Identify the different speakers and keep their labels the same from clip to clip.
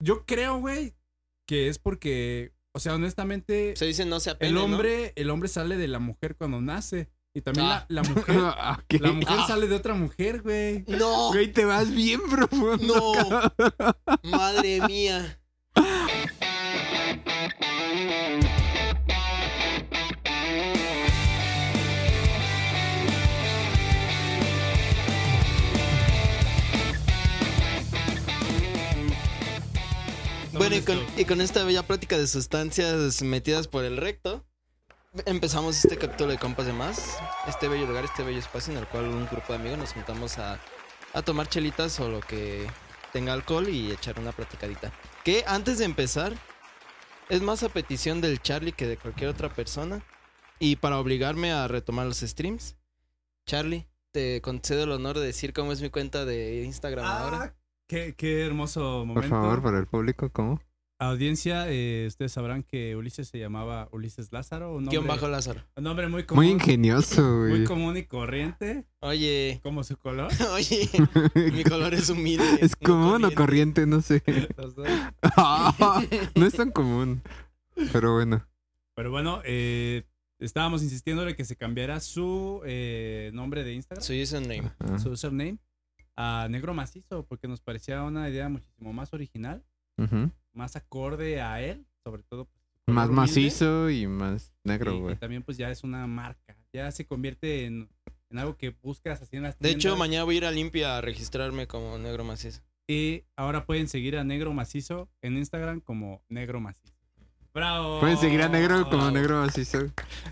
Speaker 1: Yo creo, güey, que es porque, o sea, honestamente,
Speaker 2: Se dice no se apele,
Speaker 1: el
Speaker 2: ¿no?
Speaker 1: hombre, el hombre sale de la mujer cuando nace. Y también
Speaker 2: Ah.
Speaker 1: la, la mujer,
Speaker 3: Ah, ok.
Speaker 1: la mujer
Speaker 2: Ah.
Speaker 1: sale de otra mujer, güey.
Speaker 2: No,
Speaker 3: Güey, te vas bien profundo.
Speaker 2: no. Madre mía. Bueno, y con, y con esta bella práctica de sustancias metidas por el recto, empezamos este capítulo de Compas de Más, este bello lugar, este bello espacio en el cual un grupo de amigos nos juntamos a, a tomar chelitas o lo que tenga alcohol y echar una platicadita. Que antes de empezar, es más a petición del Charlie que de cualquier otra persona. Y para obligarme a retomar los streams, Charlie, te concedo el honor de decir cómo es mi cuenta de Instagram ahora.
Speaker 1: Ah, qué, qué hermoso momento.
Speaker 3: Por favor, para el público, ¿cómo?
Speaker 1: Audiencia, eh, ustedes sabrán que Ulises se llamaba Ulises Lázaro. Un nombre,
Speaker 2: Guión bajo Lázaro.
Speaker 1: un nombre muy común.
Speaker 3: Muy ingenioso,
Speaker 1: muy
Speaker 3: güey.
Speaker 1: común y corriente,
Speaker 2: Oye,
Speaker 1: como su color.
Speaker 2: oye. Mi color es humilde.
Speaker 3: Es
Speaker 2: no
Speaker 3: común o
Speaker 2: corriente.
Speaker 3: corriente, no sé.
Speaker 1: Los dos.
Speaker 3: Ah, no es tan común. Pero bueno.
Speaker 1: Pero bueno, eh, estábamos insistiéndole que se cambiara su eh, nombre de Instagram,
Speaker 2: Su username.
Speaker 3: Ah.
Speaker 1: su username, a Negro Macizo, porque nos parecía una idea muchísimo más original,
Speaker 3: Ujú.
Speaker 1: más acorde a él, sobre todo. pues, su
Speaker 3: Más
Speaker 1: color humilde.
Speaker 3: macizo y más
Speaker 1: Y-
Speaker 3: negro,
Speaker 1: Y,
Speaker 3: güey.
Speaker 1: también pues ya es una marca, ya se convierte en, en algo que buscas así en las
Speaker 2: De hecho,
Speaker 1: tiendas.
Speaker 2: mañana voy a ir a Limpia a registrarme como negro macizo.
Speaker 1: Y ahora pueden seguir a Negro Macizo en Instagram como Negro Macizo. ¡Bravo!
Speaker 3: Pueden seguir a negro como
Speaker 2: Wow.
Speaker 3: negro macizo.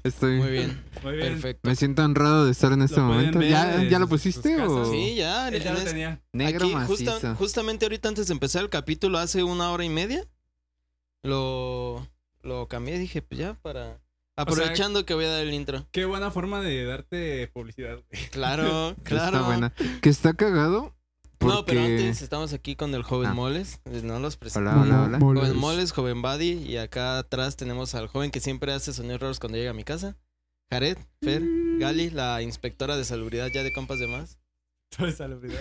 Speaker 3: Estoy.
Speaker 2: Muy bien,
Speaker 1: Oh. Muy bien.
Speaker 2: perfecto.
Speaker 3: Me siento honrado de estar en este
Speaker 1: pueden
Speaker 3: momento.
Speaker 1: ver
Speaker 3: ¿Ya,
Speaker 1: en
Speaker 3: ¿Ya lo
Speaker 1: sus- sus
Speaker 3: pusiste
Speaker 1: casas.
Speaker 3: o...?
Speaker 2: Sí, ya.
Speaker 1: Él ya lo
Speaker 2: en es-
Speaker 1: tenía.
Speaker 3: Negro
Speaker 2: aquí,
Speaker 3: macizo.
Speaker 2: justa- justamente ahorita antes de empezar el capítulo, hace una hora y media, lo, lo cambié. Dije, pues ya, para. Aprovechando que voy a dar el intro.
Speaker 1: Qué buena forma de darte publicidad. güey.
Speaker 2: Claro,
Speaker 3: Que
Speaker 2: claro.
Speaker 3: Está buena. Que está cagado porque...
Speaker 2: No, pero antes estamos aquí con el joven
Speaker 3: Ah.
Speaker 2: Moles. No los presento.
Speaker 3: Hola, hola, hola.
Speaker 2: Joven Moles, joven Buddy, y acá atrás tenemos al joven que siempre hace sonidos raros cuando llega a mi casa. Jared, Fer,
Speaker 1: Mm.
Speaker 2: Gali, la inspectora de salubridad ya de compas de más.
Speaker 1: Todo es salubridad.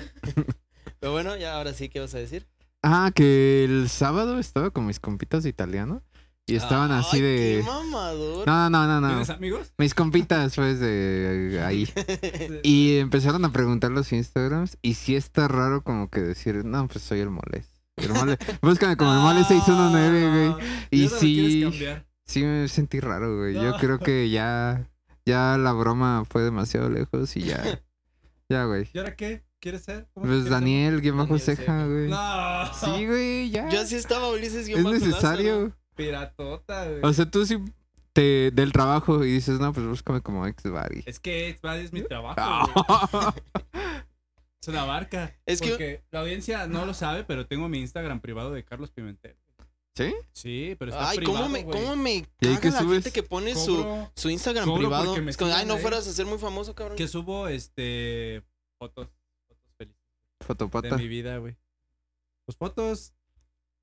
Speaker 2: Pero bueno, ya ahora sí, ¿qué vas a decir?
Speaker 3: Ah, que el sábado estaba con mis compitas italianos y estaban
Speaker 2: Ay,
Speaker 3: así
Speaker 2: ¡Qué
Speaker 3: de...
Speaker 2: mamador!
Speaker 3: No, no, no, no.
Speaker 1: ¿Tienes amigos?
Speaker 3: Mis compitas, pues, de ahí. Y empezaron a preguntar los Instagrams y sí está raro como que decir, no, pues soy el moles. El Moles- Búscame como el moles 619, güey. Y
Speaker 1: Ya no lo quieres
Speaker 3: sí,
Speaker 1: cambiar.
Speaker 3: sí me sentí raro, güey.
Speaker 1: No.
Speaker 3: Yo creo que ya, ya la broma fue demasiado lejos y ya, ya, güey.
Speaker 1: ¿Y ahora qué? ¿Quieres ser? ¿Cómo
Speaker 3: Pues
Speaker 1: quieres
Speaker 3: Daniel, guión bajo
Speaker 2: Daniel
Speaker 3: ceja,
Speaker 2: Ceja.
Speaker 1: ser?
Speaker 3: güey.
Speaker 1: No.
Speaker 3: Sí, güey, ya.
Speaker 2: Yo así estaba, Ulises. guión
Speaker 3: Es
Speaker 2: bajo Lázaro.
Speaker 3: necesario.
Speaker 1: Piratota, güey.
Speaker 3: O sea, tú sí te del trabajo y dices, no, pues búscame como ex buddy.
Speaker 1: es que Xbody es mi trabajo.
Speaker 3: Ah.
Speaker 1: güey. Es una barca.
Speaker 2: Es que-
Speaker 1: Porque la audiencia no lo sabe, pero tengo mi Instagram privado de Carlos Pimentel.
Speaker 3: ¿Sí?
Speaker 1: Sí, pero está
Speaker 2: Ay,
Speaker 1: privado,
Speaker 2: ¿cómo me,
Speaker 1: güey.
Speaker 2: cómo me
Speaker 3: ¿Y ahí
Speaker 2: caga
Speaker 3: qué
Speaker 2: la
Speaker 3: subes?
Speaker 2: gente que pone su,
Speaker 1: Cobro
Speaker 2: su Instagram
Speaker 1: Cobro
Speaker 2: privado?
Speaker 1: porque me
Speaker 2: Es como, ay,
Speaker 1: siguen
Speaker 2: no
Speaker 1: ahí".
Speaker 2: fueras a ser muy famoso, cabrón.
Speaker 1: que subo, este, fotos, fotos felices. de
Speaker 3: Fotopata.
Speaker 1: mi vida, güey. Pues fotos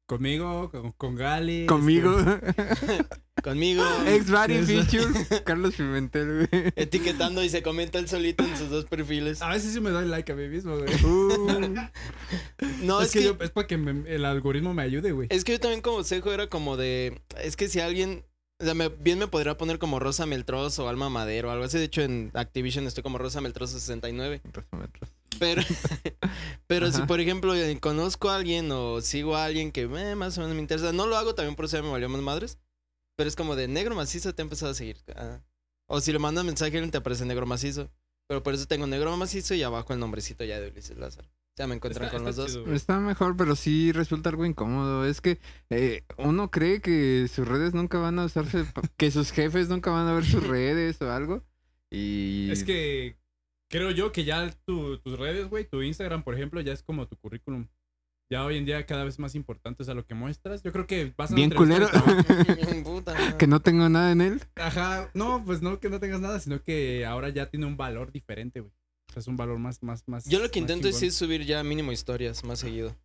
Speaker 1: conmigo, con, con Gali. este,
Speaker 3: Conmigo.
Speaker 2: Conmigo,
Speaker 3: ex buddy
Speaker 1: Sí, sí.
Speaker 3: feature. Carlos Pimentel, güey.
Speaker 2: etiquetando y se comenta él solito en sus dos perfiles.
Speaker 1: este, a veces sí me doy like a mí mismo, güey.
Speaker 3: Uh,
Speaker 2: No,
Speaker 1: es, que, yo, es para que me- el algoritmo me ayude, güey.
Speaker 2: Es que yo también como consejo era como de, es que si alguien, o sea, me- bien me podría poner como Rosa Meltros o Alma Madero o algo así. De hecho, en Activision estoy como Rosa Meltros 69. Pero, pero si
Speaker 3: Ajá.
Speaker 2: por ejemplo eh, conozco a alguien o sigo a alguien que eh, más o menos me interesa, no lo hago también por eso ya me valió más madres. Pero es como de negro macizo te he empezado a seguir. Ah. O si le mandas mensaje a alguien te aparece negro macizo. Pero por eso tengo negro macizo y abajo el nombrecito ya de Ulises Lázaro. O sea, me encuentran
Speaker 1: Está-
Speaker 2: con los
Speaker 1: está
Speaker 2: dos.
Speaker 1: chido, güey.
Speaker 3: Está mejor, pero sí resulta algo incómodo. Es que eh, uno cree que sus redes nunca van a usarse, pa- que sus jefes nunca van a ver sus redes o algo. Y
Speaker 1: Es que creo yo que ya tu- tus redes, güey, tu Instagram, por ejemplo, ya es como tu currículum. Ya hoy en día cada vez más importante es a lo que muestras. Yo creo que vas a una
Speaker 3: bien
Speaker 1: entrevista de
Speaker 3: culero
Speaker 1: trabajo.
Speaker 2: Puta.
Speaker 3: que no tengo nada en él.
Speaker 1: Ajá. No, pues no que no tengas nada, sino que ahora ya tiene un valor diferente, güey. O sea, es un valor más, más, más.
Speaker 2: Yo lo que
Speaker 1: más
Speaker 2: intento es,
Speaker 1: chingón.
Speaker 2: es subir ya mínimo historias más seguido.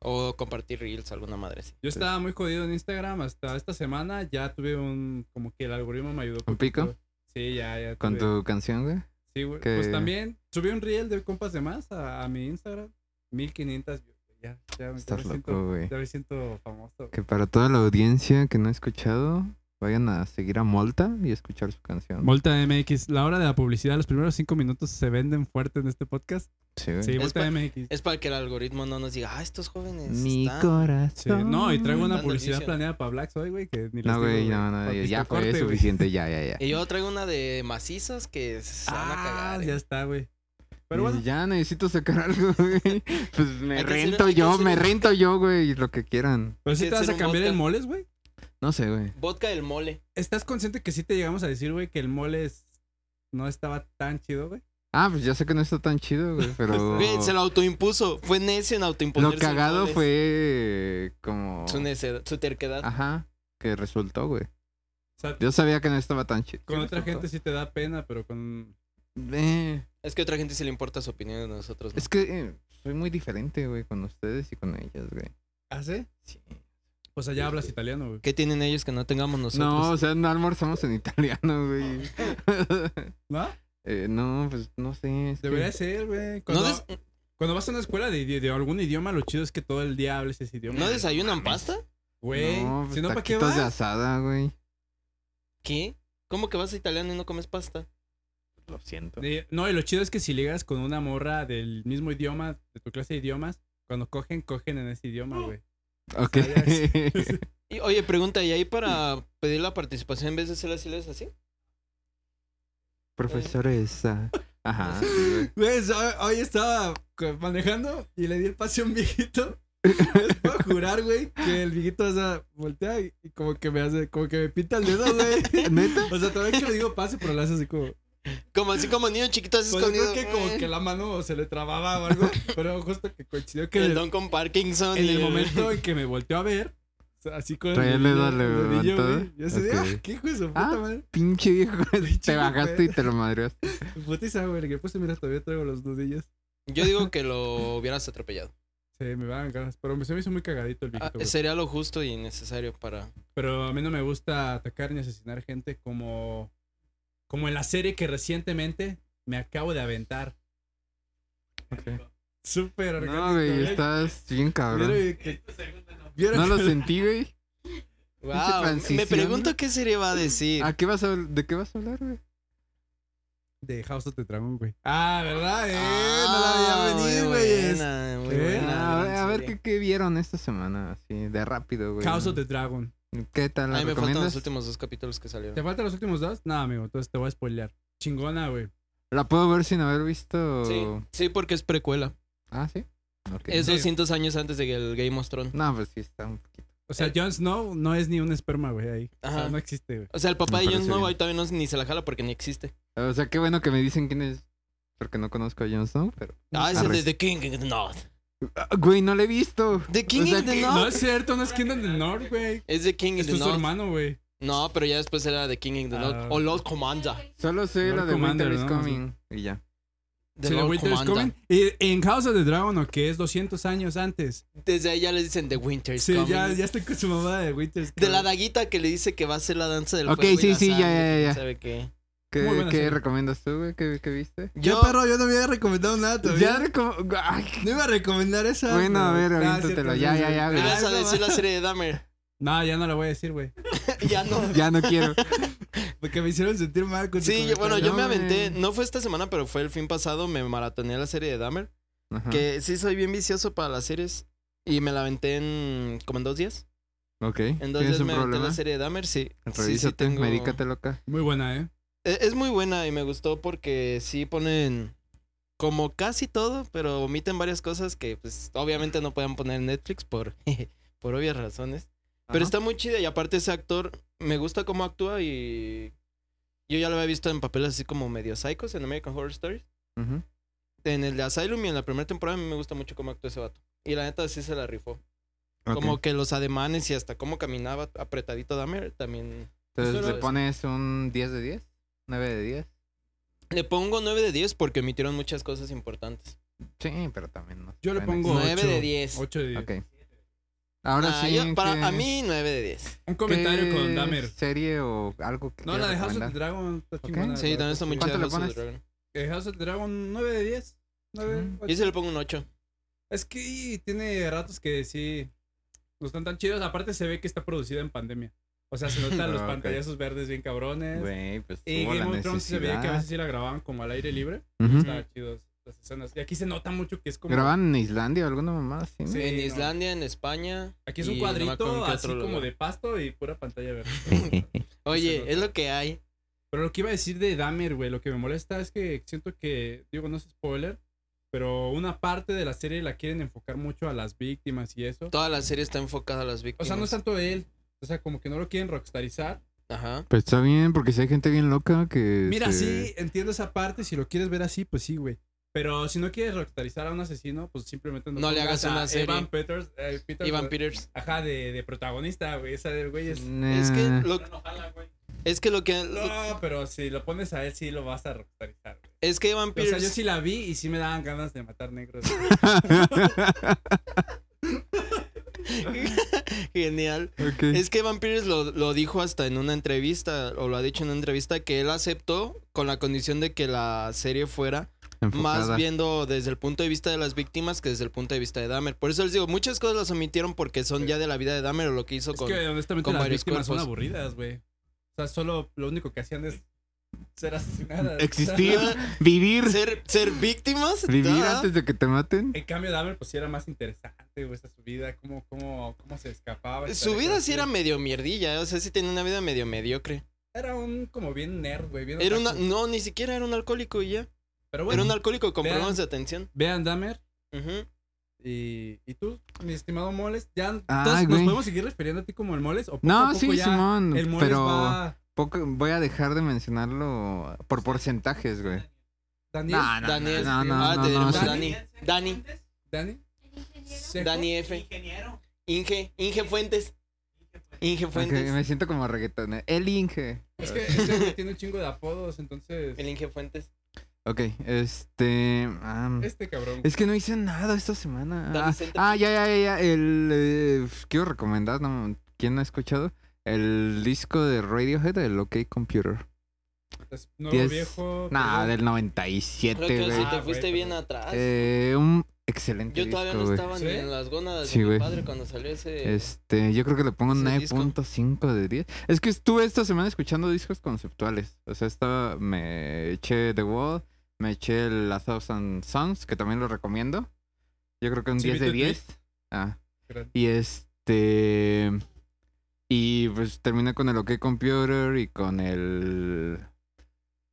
Speaker 2: O compartir reels, alguna madre así.
Speaker 1: Yo estaba muy jodido en Instagram hasta esta semana. Ya tuve un. Como que el algoritmo me ayudó.
Speaker 3: ¿Un pico?
Speaker 1: Sí, ya, ya.
Speaker 3: Con
Speaker 1: tuve.
Speaker 3: tu canción, güey.
Speaker 1: Sí, güey.
Speaker 3: que-
Speaker 1: Pues también subí un reel de compas de más a, a mi Instagram. 1500 views. güey. Ya, ya, me- ya me
Speaker 3: Estás loco,
Speaker 1: siento,
Speaker 3: güey.
Speaker 1: ya me siento famoso.
Speaker 3: Que para toda la audiencia que no ha escuchado, vayan a seguir a Molta y escuchar su canción.
Speaker 1: Volta MX, la hora de la publicidad, los primeros cinco minutos se venden fuerte en este podcast.
Speaker 3: Sí, güey.
Speaker 1: Sí,
Speaker 2: Es
Speaker 1: Volta
Speaker 2: pa-
Speaker 1: MX.
Speaker 2: Es para que el algoritmo no nos diga, ah, estos jóvenes.
Speaker 3: Mi
Speaker 2: están-
Speaker 3: corazón.
Speaker 1: Sí, No, y traigo una
Speaker 2: Dando
Speaker 1: publicidad
Speaker 2: inicio.
Speaker 1: planeada para Black Soy, güey, que ni les
Speaker 3: No, güey,
Speaker 1: digo,
Speaker 3: no, no,
Speaker 1: pa-
Speaker 3: ya,
Speaker 1: listo,
Speaker 3: ya fue
Speaker 1: corte, güey.
Speaker 3: suficiente, ya, ya, ya.
Speaker 2: Y yo traigo una de macizas que se van a
Speaker 1: Ah,
Speaker 2: cagar.
Speaker 1: ya
Speaker 2: eh.
Speaker 1: está, güey. Pero bueno,
Speaker 3: Ya necesito sacar algo, güey. Pues me
Speaker 2: Hay que hacer-
Speaker 3: rento
Speaker 2: hay que
Speaker 3: yo,
Speaker 2: hacer
Speaker 3: me
Speaker 2: un-
Speaker 3: rento yo, güey, lo que quieran.
Speaker 1: pero si
Speaker 2: Sí,
Speaker 1: pues te vas
Speaker 2: hacer
Speaker 1: a
Speaker 2: un
Speaker 1: cambiar el
Speaker 2: vodka.
Speaker 1: moles, güey.
Speaker 3: No sé, güey.
Speaker 2: Vodka del mole.
Speaker 1: ¿Estás consciente que sí te llegamos a decir, güey, que el mole es- no estaba tan chido, güey?
Speaker 3: Ah, pues ya sé que no está tan chido, güey, pero...
Speaker 2: Güey, se lo autoimpuso. Fue necio en autoimponerse.
Speaker 3: Oh. Lo cagado
Speaker 2: goles.
Speaker 3: fue como...
Speaker 2: Su necedad, su terquedad.
Speaker 3: Ajá, que resultó, güey.
Speaker 1: O sea,
Speaker 3: Yo sabía que no estaba tan chido.
Speaker 1: con
Speaker 3: Sí,
Speaker 1: otra
Speaker 3: resultó.
Speaker 1: gente sí te da pena, pero con...
Speaker 3: Eh,
Speaker 2: Es que a otra gente sí le importa su opinión de nosotros. ¿no?
Speaker 3: es que eh, soy muy diferente, güey, con ustedes y con ellas, güey.
Speaker 1: ¿Ah, sí?
Speaker 3: Sí.
Speaker 1: O sea, ya hablas italiano, güey.
Speaker 2: ¿Qué tienen ellos que no tengamos
Speaker 3: No, o
Speaker 2: nosotros?
Speaker 3: sea, no almorzamos en italiano, güey.
Speaker 1: ¿No?
Speaker 3: Eh, no, pues no sé. es que-
Speaker 1: Debería ser, güey. Cuando,
Speaker 2: des-
Speaker 1: cuando vas a una escuela de, de- de algún idioma, lo chido es que todo el día hables ese idioma.
Speaker 2: ¿No desayunan pasta?
Speaker 1: Güey,
Speaker 3: No, pues,
Speaker 1: si no, ¿para qué
Speaker 3: taquitos de
Speaker 1: vas?
Speaker 3: asada, güey.
Speaker 2: ¿Qué? ¿Cómo que vas a italiano y no comes pasta?
Speaker 3: Lo siento.
Speaker 1: Eh, No, y lo chido es que si ligas con una morra del mismo idioma, de tu clase de idiomas, cuando cogen, cogen en ese idioma, güey.
Speaker 3: Ok.
Speaker 2: Y, oye, pregunta, ¿y ahí para pedir la participación en vez de hacer así, les así?
Speaker 3: Profesores. ah. Ajá.
Speaker 1: Güey, ¿sabe? Ah, hoy estaba co- manejando y le di el pase a un viejito. Les puedo jurar, güey, que el viejito, o sea, voltea y, y como que me hace, como que me pinta el dedo, güey.
Speaker 3: ¿Neta?
Speaker 1: O sea, todavía que le digo pase, pero le hace así como.
Speaker 2: Como así como niño chiquito así
Speaker 1: Pues yo
Speaker 2: escondido.
Speaker 1: creo que como que la mano se le trababa o algo, pero justo que coincidió que
Speaker 2: El
Speaker 1: en el,
Speaker 2: don con Parkinson.
Speaker 1: en
Speaker 2: y
Speaker 1: el momento en que me volteó a ver, o sea, así con
Speaker 3: Traía el dedo
Speaker 1: el dedillo,
Speaker 3: levantado.
Speaker 1: güey, Yo así de,
Speaker 3: Ok.
Speaker 1: ah, qué hijo de su
Speaker 3: Ah.
Speaker 1: puta madre.
Speaker 3: Pinche viejo.
Speaker 1: Pinche
Speaker 3: Te bajaste y
Speaker 1: viejo.
Speaker 3: te lo madreaste.
Speaker 1: Putiza, güey, que puse, mira, todavía traigo los nudillos.
Speaker 2: Yo digo que lo hubieras atropellado.
Speaker 1: Se me van ganas, pero me- se me hizo muy cagadito el
Speaker 2: Ah,
Speaker 1: viejito. güey.
Speaker 2: sería lo justo y necesario para...
Speaker 1: Pero a mí no me gusta atacar ni asesinar gente como, como en la serie que recientemente me acabo de aventar. Súper orgánico.
Speaker 3: No, güey,
Speaker 1: ¿eh?
Speaker 3: estás bien cabrón.
Speaker 1: ¿Vieron que- vieron
Speaker 3: No lo
Speaker 1: que-
Speaker 3: sentí, güey.
Speaker 2: Wow, me
Speaker 3: transición.
Speaker 2: pregunto qué serie va a
Speaker 1: Mm.
Speaker 2: decir.
Speaker 1: Ah,
Speaker 3: ¿A qué vas a, ¿De qué vas a hablar, güey?
Speaker 1: De House of the Dragon, güey. Ah, ¿verdad? Eh,
Speaker 2: Ah,
Speaker 1: no la
Speaker 2: muy
Speaker 1: había venido, güey.
Speaker 2: buena, muy
Speaker 1: ¿Eh?
Speaker 2: buena,
Speaker 3: Ah, a ver,
Speaker 2: gran
Speaker 3: a ver
Speaker 2: serie.
Speaker 3: qué, qué vieron esta semana, así, de rápido, güey.
Speaker 1: House of the Dragon.
Speaker 3: ¿Qué tal?
Speaker 2: A
Speaker 3: ¿La
Speaker 2: mí me faltan los
Speaker 3: recomiendas?
Speaker 2: últimos dos capítulos que
Speaker 1: ¿Te
Speaker 2: salieron.
Speaker 1: faltan los últimos dos? Nada, amigo, entonces te voy a spoilear. Chingona, güey.
Speaker 3: ¿La puedo ver sin haber visto?
Speaker 2: Sí, sí, porque es precuela.
Speaker 3: Ah, sí. Ok.
Speaker 2: Es
Speaker 1: Sí.
Speaker 2: 200 años antes de que el Game of Thrones.
Speaker 3: No, pues sí, está un poquito.
Speaker 1: O sea,
Speaker 2: Eh.
Speaker 1: Jon Snow no es ni un esperma, güey, ahí. O sea,
Speaker 2: Ajá.
Speaker 1: no existe, güey.
Speaker 2: O sea, el papá
Speaker 3: Me
Speaker 2: de Jon
Speaker 3: parece
Speaker 2: Snow
Speaker 3: bien.
Speaker 2: ahí todavía no, ni se la jala porque ni existe.
Speaker 3: O sea, qué bueno que me dicen quién es. Porque no conozco a Jon Snow, pero.
Speaker 2: Ah, es el de
Speaker 3: Arres.
Speaker 2: The King in the North.
Speaker 3: Ah, Güey, no le he visto.
Speaker 2: The King
Speaker 3: O sea
Speaker 2: in the
Speaker 3: que-
Speaker 1: No
Speaker 2: North.
Speaker 1: es cierto, no es Kingdom of the North, güey.
Speaker 2: Es The King in
Speaker 1: Esto
Speaker 2: the
Speaker 1: es su
Speaker 2: North.
Speaker 1: hermano, güey.
Speaker 2: No, pero ya después era The King in the
Speaker 1: Ah.
Speaker 2: North. O Lord Commander.
Speaker 3: Solo sé
Speaker 1: Lord
Speaker 3: la de
Speaker 1: Commander,
Speaker 3: Winter is
Speaker 1: ¿no?
Speaker 3: Coming. Y ya.
Speaker 2: The
Speaker 1: Sí, la
Speaker 2: Lord
Speaker 1: Winter is
Speaker 2: Commander.
Speaker 1: Coming. Y en House of the Dragon, o que es 200 años antes.
Speaker 2: Desde ahí ya le dicen The Winter is
Speaker 1: Sí,
Speaker 2: Coming.
Speaker 1: ya, ya estoy con su mamá de Winter is
Speaker 2: De la
Speaker 1: Coming.
Speaker 2: daguita que le dice que va a ser la danza del
Speaker 3: Ok,
Speaker 2: fuego. y
Speaker 3: sí,
Speaker 2: la
Speaker 3: sí, ya,
Speaker 2: sangre,
Speaker 3: ya, ya.
Speaker 2: ¿Sabe qué?
Speaker 3: ¿Qué,
Speaker 1: Muy buena
Speaker 3: qué
Speaker 1: serie.
Speaker 3: recomiendas tú, güey? ¿Qué, qué viste?
Speaker 1: ¿Qué
Speaker 2: Yo,
Speaker 1: perro? Yo no había recomendado nada
Speaker 3: Ya
Speaker 1: todavía.
Speaker 3: recom- Ay,
Speaker 1: No iba a recomendar esa.
Speaker 3: Bueno, a ver,
Speaker 1: pero- Ah, cierto,
Speaker 3: aviéntatelo. Ya,
Speaker 1: sí,
Speaker 3: ya,
Speaker 1: sí.
Speaker 3: ya, güey.
Speaker 2: me vas
Speaker 1: Ah,
Speaker 2: a
Speaker 1: no,
Speaker 2: decir la serie de Dahmer.
Speaker 1: No, ya no la voy a decir, güey.
Speaker 2: ya no.
Speaker 3: ya no quiero.
Speaker 1: Porque me hicieron sentir mal con tu
Speaker 2: Sí, yo- bueno, yo
Speaker 3: No,
Speaker 2: me aventé,
Speaker 3: güey.
Speaker 2: no fue esta semana, pero fue el fin pasado, me maratoneé la serie de Dahmer,
Speaker 3: Ajá.
Speaker 2: que sí soy bien vicioso para las series y me la aventé en como en dos días.
Speaker 3: Ok.
Speaker 2: En dos
Speaker 3: ¿Tienes
Speaker 2: días
Speaker 3: un
Speaker 2: me aventé
Speaker 3: problema?
Speaker 2: la serie de Dahmer, sí.
Speaker 3: Revísate,
Speaker 2: Sí, sí tengo-
Speaker 3: medícate loca.
Speaker 1: Muy buena, ¿eh?
Speaker 2: E- Es muy buena y me gustó porque sí ponen como casi todo, pero omiten varias cosas que pues obviamente no pueden poner en Netflix por, por obvias razones. Pero
Speaker 3: Ajá.
Speaker 2: está muy chida y aparte ese actor me gusta cómo actúa y yo ya lo había visto en papeles así como medio psicos en American Horror Story.
Speaker 3: Ujú.
Speaker 2: En el de Asylum y en la primera temporada a mí me gusta mucho cómo actuó ese vato. Y la neta sí se la rifó.
Speaker 3: Ok.
Speaker 2: Como que los ademanes y hasta cómo caminaba apretadito Dahmer también.
Speaker 3: Entonces,
Speaker 2: solo-
Speaker 3: ¿le pones un 10 de 10? ¿9 de 10?
Speaker 2: Le pongo 9 de 10 porque omitieron muchas cosas importantes.
Speaker 3: Sí, pero también no. se
Speaker 1: Yo le
Speaker 3: pueden
Speaker 1: pongo
Speaker 2: Nueve
Speaker 1: 9
Speaker 2: de diez.
Speaker 1: 8 de 10.
Speaker 3: Ok. Ahora
Speaker 2: Ah,
Speaker 3: sí.
Speaker 2: yo- para,
Speaker 3: ¿qué-
Speaker 2: A mí 9 de 10.
Speaker 1: Un comentario
Speaker 3: qué
Speaker 1: con Dahmer.
Speaker 3: serie o algo que
Speaker 1: No,
Speaker 3: quieras
Speaker 1: la de House of
Speaker 3: recomendar?
Speaker 1: the Dragon está
Speaker 3: Ah,
Speaker 1: chingona.
Speaker 2: Sí, también está muy
Speaker 3: pues
Speaker 2: chida.
Speaker 3: ¿Cuánto le
Speaker 2: House of the
Speaker 3: pones?
Speaker 2: Dragon.
Speaker 1: Eh, House of the Dragon, 9 de 10. 9,
Speaker 3: Mm.
Speaker 2: Yo sí le pongo un 8.
Speaker 1: Es que tiene ratos que sí. No están tan chidos. Aparte se ve que está producida en pandemia. O sea, se notan los
Speaker 3: Ah, ok.
Speaker 1: pantallazos verdes bien cabrones.
Speaker 3: Güey, pues
Speaker 1: y
Speaker 3: tuvo
Speaker 1: Game
Speaker 3: la
Speaker 1: of Thrones se veía que a
Speaker 3: necesidad.
Speaker 1: veces sí la grababan como al aire libre.
Speaker 3: Ujú.
Speaker 1: Estaban chidos las escenas. Y aquí se nota mucho que es como.
Speaker 3: ¿Graban en Islandia o alguna mamá así? no?
Speaker 1: Sí,
Speaker 2: en
Speaker 1: no.
Speaker 2: Islandia, en España.
Speaker 1: Aquí es un
Speaker 2: y no me
Speaker 1: cuadrito
Speaker 2: acuerdo en qué
Speaker 1: así
Speaker 2: otro
Speaker 1: como
Speaker 2: lugar.
Speaker 1: de pasto y pura pantalla verde.
Speaker 2: Oye, es lo que hay.
Speaker 1: Pero lo que iba a decir de Dahmer, güey, lo que me molesta es que siento que, digo, no es spoiler, pero una parte de la serie la quieren enfocar mucho a las víctimas y eso.
Speaker 2: Toda la serie está enfocada a las
Speaker 1: O
Speaker 2: víctimas.
Speaker 1: sea, no es tanto él. O sea, como que no lo quieren rockstarizar.
Speaker 2: Ajá.
Speaker 3: Pues está bien, porque si hay gente bien loca que...
Speaker 1: Mira,
Speaker 2: Este,
Speaker 3: se-
Speaker 1: sí, entiendo esa parte. Si lo quieres ver así, pues sí, güey. Pero si no quieres rockstarizar a un asesino, pues simplemente
Speaker 2: No le
Speaker 1: pongas
Speaker 2: hagas una
Speaker 1: a
Speaker 2: serie.
Speaker 1: Evan Peters, eh, Peters,
Speaker 2: Ivan Mm.
Speaker 1: güey.
Speaker 2: Peters.
Speaker 1: Ajá, de, de protagonista, güey. Esa del güey es.
Speaker 3: Nah.
Speaker 2: Es que lo,
Speaker 1: No, jala, güey.
Speaker 2: es que lo que
Speaker 1: No, pero si lo pones a él, sí lo vas a rockstarizar, güey.
Speaker 2: es que Ivan
Speaker 1: O
Speaker 2: Peters
Speaker 1: sea, yo sí la vi y sí me daban ganas de matar negros.
Speaker 2: genial.
Speaker 3: Ok.
Speaker 2: Es que Evan Peters lo, lo dijo hasta en una entrevista, o lo ha dicho en una entrevista, que él aceptó con la condición de que la serie fuera
Speaker 3: Enfocada.
Speaker 2: más viendo desde el punto de vista de las víctimas que desde el punto de vista de Dahmer. Por eso les digo, muchas cosas las omitieron porque son ya de la vida de Dahmer o lo que hizo
Speaker 1: Es
Speaker 2: con...
Speaker 1: que honestamente
Speaker 2: con
Speaker 1: las
Speaker 2: varios
Speaker 1: víctimas son
Speaker 2: cuerpos.
Speaker 1: aburridas, güey. O sea, solo lo único que hacían es ser asesinadas.
Speaker 3: Existir,
Speaker 1: O sea,
Speaker 3: vivir,
Speaker 2: Ser, ser víctimas.
Speaker 3: vivir
Speaker 2: Ah.
Speaker 3: antes de que te maten.
Speaker 1: En cambio, Dahmer, pues sí era más interesante, güey, esa su vida, cómo, cómo, cómo se escapaba.
Speaker 2: Su vida sí era
Speaker 1: Era
Speaker 2: medio mierdilla, ¿eh? o sea, sí tenía una vida medio mediocre.
Speaker 1: era un como bien nerd, güey. bien
Speaker 2: Era
Speaker 1: otaku.
Speaker 2: una, no, ni siquiera era un alcohólico y ya.
Speaker 1: Pero bueno,
Speaker 2: era un alcohólico con
Speaker 1: vean.
Speaker 2: problemas de atención.
Speaker 1: vean Dahmer
Speaker 2: Ujú.
Speaker 1: y, y tú, mi estimado Moles. Ya,
Speaker 3: Ah,
Speaker 1: entonces, ¿nos
Speaker 3: güey.
Speaker 1: podemos seguir refiriendo a ti como el Moles? ¿O poco a
Speaker 3: No,
Speaker 1: poco
Speaker 3: sí,
Speaker 1: ya
Speaker 3: Simón,
Speaker 1: El Moles
Speaker 3: pero
Speaker 1: va...
Speaker 3: poco- voy a dejar de mencionarlo por porcentajes, güey.
Speaker 1: Daniel,
Speaker 3: No, no,
Speaker 2: Daniel.
Speaker 3: no, no,
Speaker 2: ah,
Speaker 3: no,
Speaker 2: te
Speaker 3: no,
Speaker 2: diremos
Speaker 3: sí.
Speaker 2: Dani. Dani.
Speaker 1: Dani,
Speaker 4: Ingeniero.
Speaker 1: Seco.
Speaker 2: Dani F. Inge. Inge Fuentes. Inge
Speaker 3: Ok,
Speaker 2: Fuentes.
Speaker 3: me siento como reggaetonero. El Inge.
Speaker 1: Es que este güey tiene un chingo de apodos, entonces...
Speaker 2: El Inge Fuentes.
Speaker 3: Ok, este... am,
Speaker 1: Este cabrón.
Speaker 3: es que no hice nada esta semana.
Speaker 2: Dani
Speaker 3: Ah,
Speaker 2: Centro.
Speaker 3: ah, ya, ya, ya, ya. El, eh, f- quiero recomendar, no, ¿quién no ha escuchado? El disco de Radiohead, el OK Computer.
Speaker 1: Pues, nuevo
Speaker 3: Diez-
Speaker 1: viejo.
Speaker 3: Nah,
Speaker 1: perdón.
Speaker 3: del
Speaker 2: Creo
Speaker 3: 97,
Speaker 2: que
Speaker 3: güey.
Speaker 2: si
Speaker 1: Ah,
Speaker 2: te
Speaker 1: güey,
Speaker 2: fuiste bien
Speaker 1: perdón.
Speaker 2: atrás.
Speaker 3: Eh, un excelente
Speaker 2: Yo todavía
Speaker 3: disco,
Speaker 2: no
Speaker 3: güey.
Speaker 2: estaba ni
Speaker 1: ¿Sí?
Speaker 2: en las gónadas
Speaker 3: Sí,
Speaker 2: de mi
Speaker 3: güey.
Speaker 2: padre cuando salió ese.
Speaker 3: Este, yo creo que le pongo un
Speaker 2: ese disco.
Speaker 3: 9.5 de 10. Es que estuve esta semana escuchando discos conceptuales. O sea, estaba, me eché The Wall, me eché el A Thousand Songs, que también lo recomiendo. Yo creo que un
Speaker 1: Sí,
Speaker 3: 10
Speaker 1: vi
Speaker 3: de
Speaker 1: tu
Speaker 3: 10. Ah,
Speaker 1: Gran-
Speaker 3: y este. Y pues terminé con el OK Computer y con el.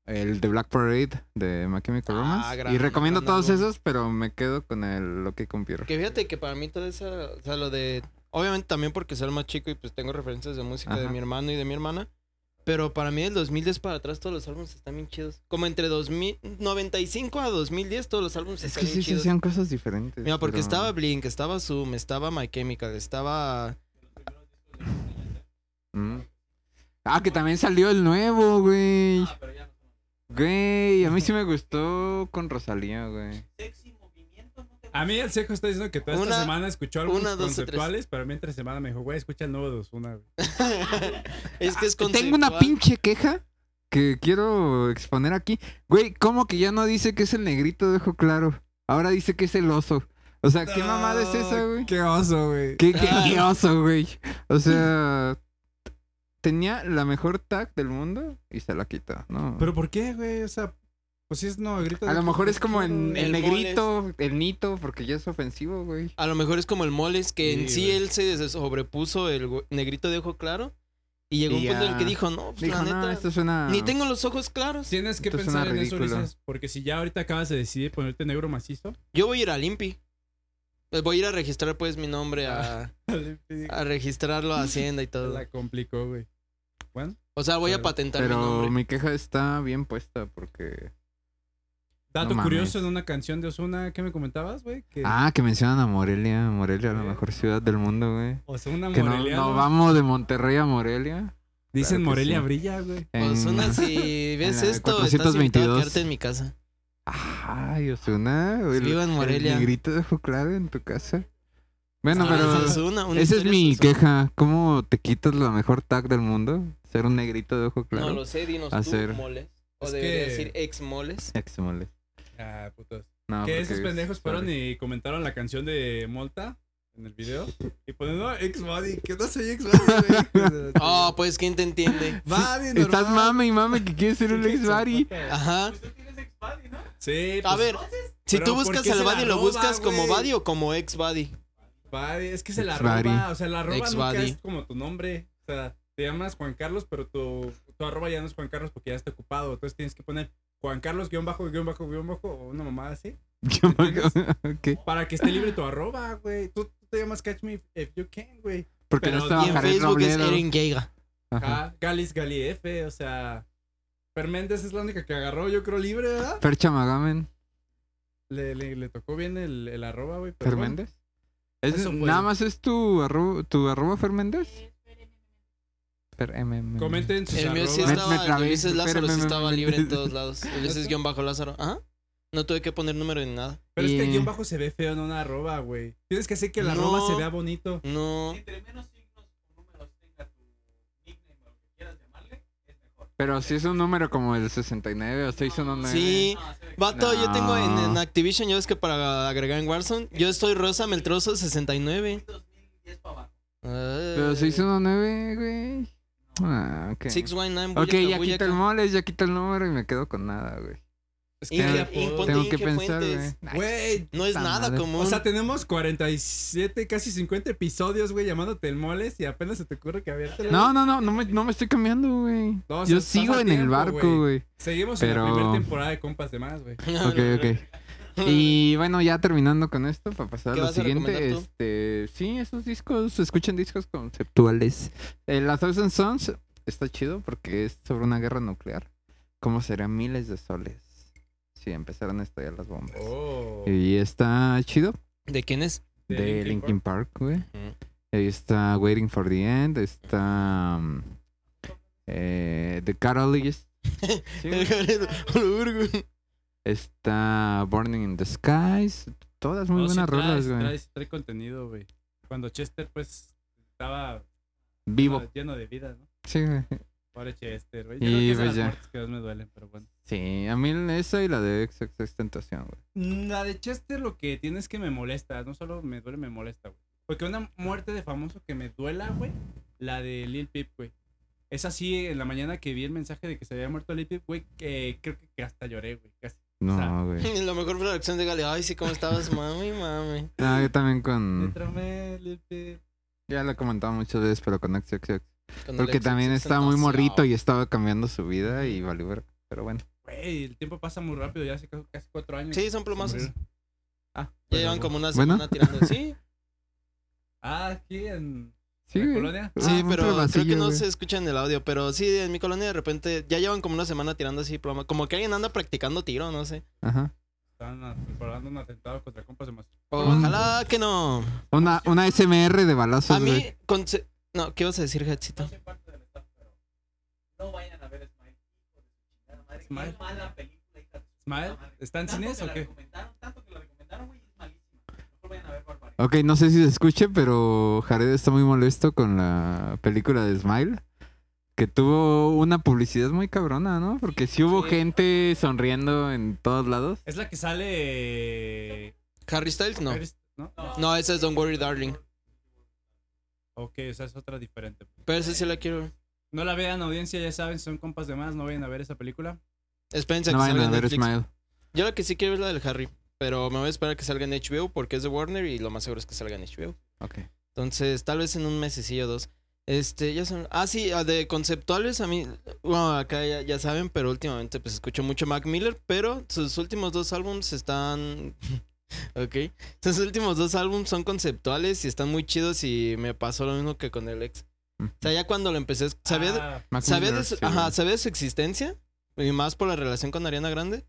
Speaker 3: El de Black Parade de My Chemical
Speaker 2: Ah,
Speaker 3: Romance.
Speaker 2: gran-
Speaker 3: y recomiendo
Speaker 2: gran
Speaker 3: todos
Speaker 2: álbum.
Speaker 3: esos, pero me quedo con el OK Computer.
Speaker 2: Que fíjate que para mí toda esa, o sea, lo de, obviamente también porque soy el más chico y pues tengo referencias de música de
Speaker 3: Ajá.
Speaker 2: mi hermano y de mi hermana, pero para mí del 2010 para atrás todos los álbumes están bien chidos. Como entre 2000, 95 a 2010 todos los álbumes
Speaker 3: Es
Speaker 2: están
Speaker 3: que
Speaker 2: bien
Speaker 3: sí se
Speaker 2: chidos.
Speaker 3: hacían cosas diferentes.
Speaker 2: Mira, porque
Speaker 3: pero-
Speaker 2: estaba Blink, estaba Zoom, estaba My Chemical, estaba...
Speaker 3: Mm. Ah, que también salió el nuevo, güey. Güey, a mí sí me gustó con Rosalía, güey.
Speaker 1: A mí el seco está diciendo que toda esta
Speaker 2: Una-
Speaker 1: semana escuchó algunos
Speaker 2: una, dos o tres.
Speaker 1: conceptuales, pero a mí entre semana me dijo, güey, escucha el nuevo dos, una.
Speaker 2: es que es
Speaker 3: Ah, Tengo una
Speaker 2: conceptual.
Speaker 3: pinche queja que quiero exponer aquí. Güey, ¿cómo que ya no dice que es el negrito de ojo claro? Ahora dice que es el oso. O sea, ¿qué mamada es esa, güey?
Speaker 5: Qué oso, güey.
Speaker 3: ¿Qué, qué- qué oso, güey? O sea, tenía la mejor tag del mundo y se la quita, ¿no?
Speaker 5: ¿Pero por qué, güey? O sea, pues sí es no, grito.
Speaker 3: A lo mejor es como en
Speaker 2: El
Speaker 3: el negrito, el nito, porque ya es ofensivo, güey.
Speaker 2: A lo mejor es como el Moles, que en
Speaker 1: Sí,
Speaker 2: sí
Speaker 1: güey.
Speaker 2: él se se sobrepuso el güey- negrito de ojo claro y llegó
Speaker 3: Y
Speaker 2: un punto en el que
Speaker 3: ya.
Speaker 2: dijo, no, pues la
Speaker 3: Dijo, no,
Speaker 2: neta...
Speaker 3: esto suena...
Speaker 2: Ni tengo los ojos claros.
Speaker 1: Tienes que
Speaker 3: Esto suena
Speaker 1: pensar en eso,
Speaker 3: ridículo.
Speaker 1: Ulises, porque si ya ahorita acabas de decidir ponerte negro macizo,
Speaker 2: Yo voy a ir al IMPI. Pues Voy a ir a registrar pues mi nombre
Speaker 3: Ah.
Speaker 2: a, a registrarlo a Hacienda y todo.
Speaker 1: la complicó, güey. Bueno,
Speaker 2: O sea, voy a
Speaker 1: Pero-
Speaker 2: patentar mi
Speaker 3: Pero
Speaker 2: nombre.
Speaker 3: mi queja está bien puesta porque...
Speaker 1: dato
Speaker 3: mames.
Speaker 1: curioso en una canción de Osuna, ¿qué me comentabas, güey? Que
Speaker 3: Ah, que mencionan a Morelia. Morelia, la
Speaker 1: Sí.
Speaker 3: mejor ciudad del mundo, güey.
Speaker 1: Osuna
Speaker 3: Que no,
Speaker 1: Morelia.
Speaker 3: no vamos de Monterrey a Morelia.
Speaker 1: Dicen
Speaker 3: claro que
Speaker 1: Morelia
Speaker 3: sí.
Speaker 1: brilla, güey.
Speaker 3: en-
Speaker 2: Osuna, si Pues, ves
Speaker 3: en la de
Speaker 2: esto, estás invitado a
Speaker 3: 422.
Speaker 2: quedarte en mi casa.
Speaker 3: Ay, Osuna. güey,
Speaker 2: Viva en
Speaker 3: el
Speaker 2: Morelia.
Speaker 3: negrito de ojo claro en tu casa. Bueno,
Speaker 2: Ah, es
Speaker 3: pero...
Speaker 2: Ozuna, una
Speaker 3: Esa es
Speaker 2: historia
Speaker 3: mi
Speaker 2: Ozuna.
Speaker 3: queja. ¿Cómo te quitas la mejor tag del mundo? Ser un negrito de ojo claro.
Speaker 2: No lo sé, dinos tú,
Speaker 3: Hacer.
Speaker 2: moles. O
Speaker 1: Es
Speaker 2: debería
Speaker 1: que-
Speaker 2: decir ex moles.
Speaker 3: Ex mole.
Speaker 1: Ah, putos.
Speaker 3: No,
Speaker 1: que
Speaker 3: porque
Speaker 1: esos
Speaker 3: es-
Speaker 1: pendejos fueron y comentaron la canción de Molta en el video. Y ponen, no, ex
Speaker 5: X-Body, que no soy X-Body, güey.
Speaker 2: Oh, pues, ¿quién te entiende?
Speaker 5: Va, bien
Speaker 3: Estás
Speaker 5: normal.
Speaker 3: mame y mame que quieres ser un ex Bari.
Speaker 2: Ajá.
Speaker 1: Sí, pues,
Speaker 2: A ver, si
Speaker 1: pero
Speaker 2: tú
Speaker 1: ¿por
Speaker 2: buscas
Speaker 1: qué
Speaker 2: al
Speaker 1: se la
Speaker 2: buddy, ¿lo
Speaker 1: roba,
Speaker 2: buscas como
Speaker 1: güey?
Speaker 2: buddy o como ex buddy?
Speaker 1: Buddy, es que se la
Speaker 3: Ex-buddy.
Speaker 1: roba, o sea, la arroba nunca
Speaker 2: Ex-buddy.
Speaker 1: es como tu nombre. O sea, te llamas Juan Carlos, pero tu, tu arroba ya no es Juan Carlos porque ya está ocupado. Entonces tienes que poner Juan Carlos guión bajo, guión bajo, guión bajo, o una mamada así.
Speaker 3: Yo me- Ok.
Speaker 1: Para que esté libre tu arroba, güey. Tú, tú te llamas Catch Me If You Can, güey.
Speaker 3: Porque no
Speaker 1: Pero-
Speaker 3: estaba
Speaker 2: y en
Speaker 3: Ah, Jared
Speaker 2: Facebook es
Speaker 3: Robledo.
Speaker 2: Erin Geiga.
Speaker 3: Ajá.
Speaker 1: Ajá. Galis Gali F, o sea. Ferméndez es la única que agarró, yo creo, libre, ¿verdad?
Speaker 3: Fercha Magamen.
Speaker 1: Le, le, le tocó bien el, el arroba, güey. pero bueno.
Speaker 3: Ferméndez. Es-
Speaker 1: Eso fue.
Speaker 3: nada más es tu arroba, tu arroba Ferméndez. Fer MM.
Speaker 1: Comenten sus
Speaker 2: El mío sí
Speaker 3: Me-
Speaker 1: arrobas.
Speaker 3: me
Speaker 2: estaba, el
Speaker 3: trabé,
Speaker 2: Ulises Lázaro
Speaker 3: espérame,
Speaker 2: sí
Speaker 3: me-
Speaker 2: estaba
Speaker 3: me-
Speaker 2: libre en todos lados. Ulises guión bajo Lázaro. Ajá. No tuve que poner número ni nada.
Speaker 1: Pero es que el
Speaker 3: Y-
Speaker 1: guión bajo se ve feo en una arroba, güey. Tienes que hacer que la
Speaker 2: No.
Speaker 1: arroba se vea bonito.
Speaker 2: No.
Speaker 3: Pero si es un número como el 69 o 619.
Speaker 2: Sí. Vato, yo tengo en,
Speaker 3: No.
Speaker 2: en Activision, ya ves que para agregar en Warzone, yo estoy Rosa Meltroso 69. eh,
Speaker 3: Pero 619, güey. Ah, ok.
Speaker 2: 619.
Speaker 3: ok,
Speaker 2: bullaca,
Speaker 3: ya quito
Speaker 2: bullaca.
Speaker 3: el moles, ya quito el número y me quedo con nada, güey.
Speaker 1: Es
Speaker 2: Y-
Speaker 1: que
Speaker 3: Tengo-
Speaker 1: hay
Speaker 2: y
Speaker 1: apodos.
Speaker 2: ponte
Speaker 3: Tengo que
Speaker 2: Inge
Speaker 3: pensar, güey.
Speaker 2: Fuentes.
Speaker 1: Güey,
Speaker 2: No es
Speaker 3: Puta
Speaker 2: nada
Speaker 3: madre.
Speaker 2: común.
Speaker 1: o sea, tenemos 47, casi 50 episodios, güey, llamándote el moles y apenas se te ocurre que abierto.
Speaker 3: No, no, no, no me, no me estoy cambiando, güey.
Speaker 1: No, o sea,
Speaker 3: Yo
Speaker 1: estás
Speaker 3: sigo
Speaker 1: a
Speaker 3: en el
Speaker 1: tiempo,
Speaker 3: barco, güey.
Speaker 1: Seguimos en
Speaker 3: Pero-
Speaker 1: la primera temporada de Compas de Más, güey.
Speaker 3: Ok, ok. Y bueno, ya terminando con esto, para pasar a
Speaker 2: ¿Qué
Speaker 3: lo
Speaker 2: vas a
Speaker 3: siguiente,
Speaker 2: recomendar tú?
Speaker 3: este, sí, esos discos, escuchen discos conceptuales. Eh, la Thousand Sons está chido porque es sobre una guerra nuclear. ¿Cómo serán miles de soles si empezaran a estallar las bombas?
Speaker 1: Oh.
Speaker 3: Y está chido.
Speaker 2: ¿De quién es?
Speaker 1: De
Speaker 3: De,
Speaker 1: Linkin
Speaker 3: Linkin Park, güey.
Speaker 2: Ujú.
Speaker 3: Ahí está Waiting for the End, está mm, eh, The Catalyst. Sí, güey. Está Burning in the Skies. Todas muy
Speaker 1: No, Oh, sí
Speaker 3: buenas
Speaker 1: traes,
Speaker 3: rolas, güey.
Speaker 1: traes- trae contenido, güey. Cuando Chester, pues, estaba
Speaker 3: Vivo.
Speaker 1: lleno de vida, ¿no?
Speaker 3: Sí, güey.
Speaker 1: Pobre Chester, güey.
Speaker 3: Y,
Speaker 1: Y
Speaker 3: pues,
Speaker 1: las
Speaker 3: ya.
Speaker 1: muertes que más me duelen, pero bueno.
Speaker 3: Sí, a mí esa y la de Tentación, güey.
Speaker 1: Mm, La de Chester lo que tiene es que me molesta, no solo me duele, me molesta, güey. Porque una muerte de famoso que me duela, güey, la de Lil Peep, güey. Es así, en la mañana que vi el mensaje de que se había muerto Lil Peep, güey, que creo que hasta lloré, güey, casi. O sea,
Speaker 3: No, güey.
Speaker 2: La mejor producción de Gale. Ay, sí, ¿cómo estabas? Mami, mami.
Speaker 3: No, Ah, yo también
Speaker 2: Mm.
Speaker 3: con.
Speaker 1: Entrame, Lil Peep.
Speaker 3: Ya lo he comentado muchas veces, pero con XXX.
Speaker 2: Con
Speaker 3: Porque
Speaker 2: Alexis
Speaker 3: también estaba muy
Speaker 2: Sentenciado.
Speaker 3: morrito y estaba cambiando su vida y valió ver- Pero bueno.
Speaker 1: Güey, el tiempo pasa muy rápido, ya hace ca- casi cuatro años.
Speaker 2: Sí, son plomazos.
Speaker 1: Se murió. Ah,
Speaker 2: Ya
Speaker 1: pero
Speaker 2: llevan
Speaker 1: bueno.
Speaker 2: como una
Speaker 3: Bueno.
Speaker 2: semana tirando. Sí,
Speaker 1: Ah, aquí en
Speaker 3: Sí,
Speaker 1: la
Speaker 3: güey.
Speaker 1: colonia.
Speaker 3: Ah,
Speaker 2: sí, pero
Speaker 3: un
Speaker 2: creo que
Speaker 3: plomacillo,
Speaker 2: no
Speaker 3: güey.
Speaker 2: se escucha en el audio. Pero sí, en mi colonia de repente ya llevan como una semana tirando así plomas. Como que alguien anda practicando tiro, no sé.
Speaker 3: Ajá.
Speaker 1: Están a- preparando un atentado contra compas de más.
Speaker 3: Mm.
Speaker 2: Ojalá que no.
Speaker 3: Una, una SMR de
Speaker 2: A
Speaker 3: balazos, güey.
Speaker 2: mí, con- se- no, ¿qué ibas a decir, Jachito?
Speaker 1: Smile. Smile, ¿está en cines o qué?
Speaker 3: Ok, no sé si se escuche, pero Jared está muy molesto con la película de Smile. Que tuvo una publicidad muy cabrona, ¿no? Porque sí hubo
Speaker 1: Sí.
Speaker 3: gente sonriendo en todos lados.
Speaker 1: Es la que sale.
Speaker 2: Harry Styles, no.
Speaker 1: Harry- ¿no?
Speaker 2: No, esa es Don't Worry Darling.
Speaker 1: Ok, esa es otra diferente.
Speaker 2: Pero esa sí la quiero ver.
Speaker 1: No la vean, audiencia, ya saben, son compas de más, no vayan a ver esa película.
Speaker 2: Espérense a
Speaker 3: No
Speaker 2: que
Speaker 3: vayan
Speaker 2: salga
Speaker 3: a
Speaker 2: en
Speaker 3: ver
Speaker 2: Netflix.
Speaker 3: Smile.
Speaker 2: Yo la que sí quiero es la del Harry. Pero me voy a esperar a que salga en HBO porque es de Warner y lo más seguro es que salga en HBO.
Speaker 3: Ok.
Speaker 2: Entonces, tal vez en un mesecillo o dos. Este, ya son. Ah, sí, ah, de conceptuales a mí. Bueno, acá ya, ya saben, pero últimamente pues escucho mucho Mac Miller, pero sus últimos dos álbumes están. ok. Sus últimos dos álbumes son conceptuales y están muy chidos y me pasó lo mismo que con el ex. O sea, ya cuando lo empecé. es- Sabía, de-
Speaker 1: Ah,
Speaker 3: Mm. Mac
Speaker 2: sabía, de
Speaker 3: Miller,
Speaker 2: su,
Speaker 3: sí,
Speaker 2: ajá,
Speaker 3: güey.
Speaker 2: sabía de su existencia y más por la relación con Ariana Grande.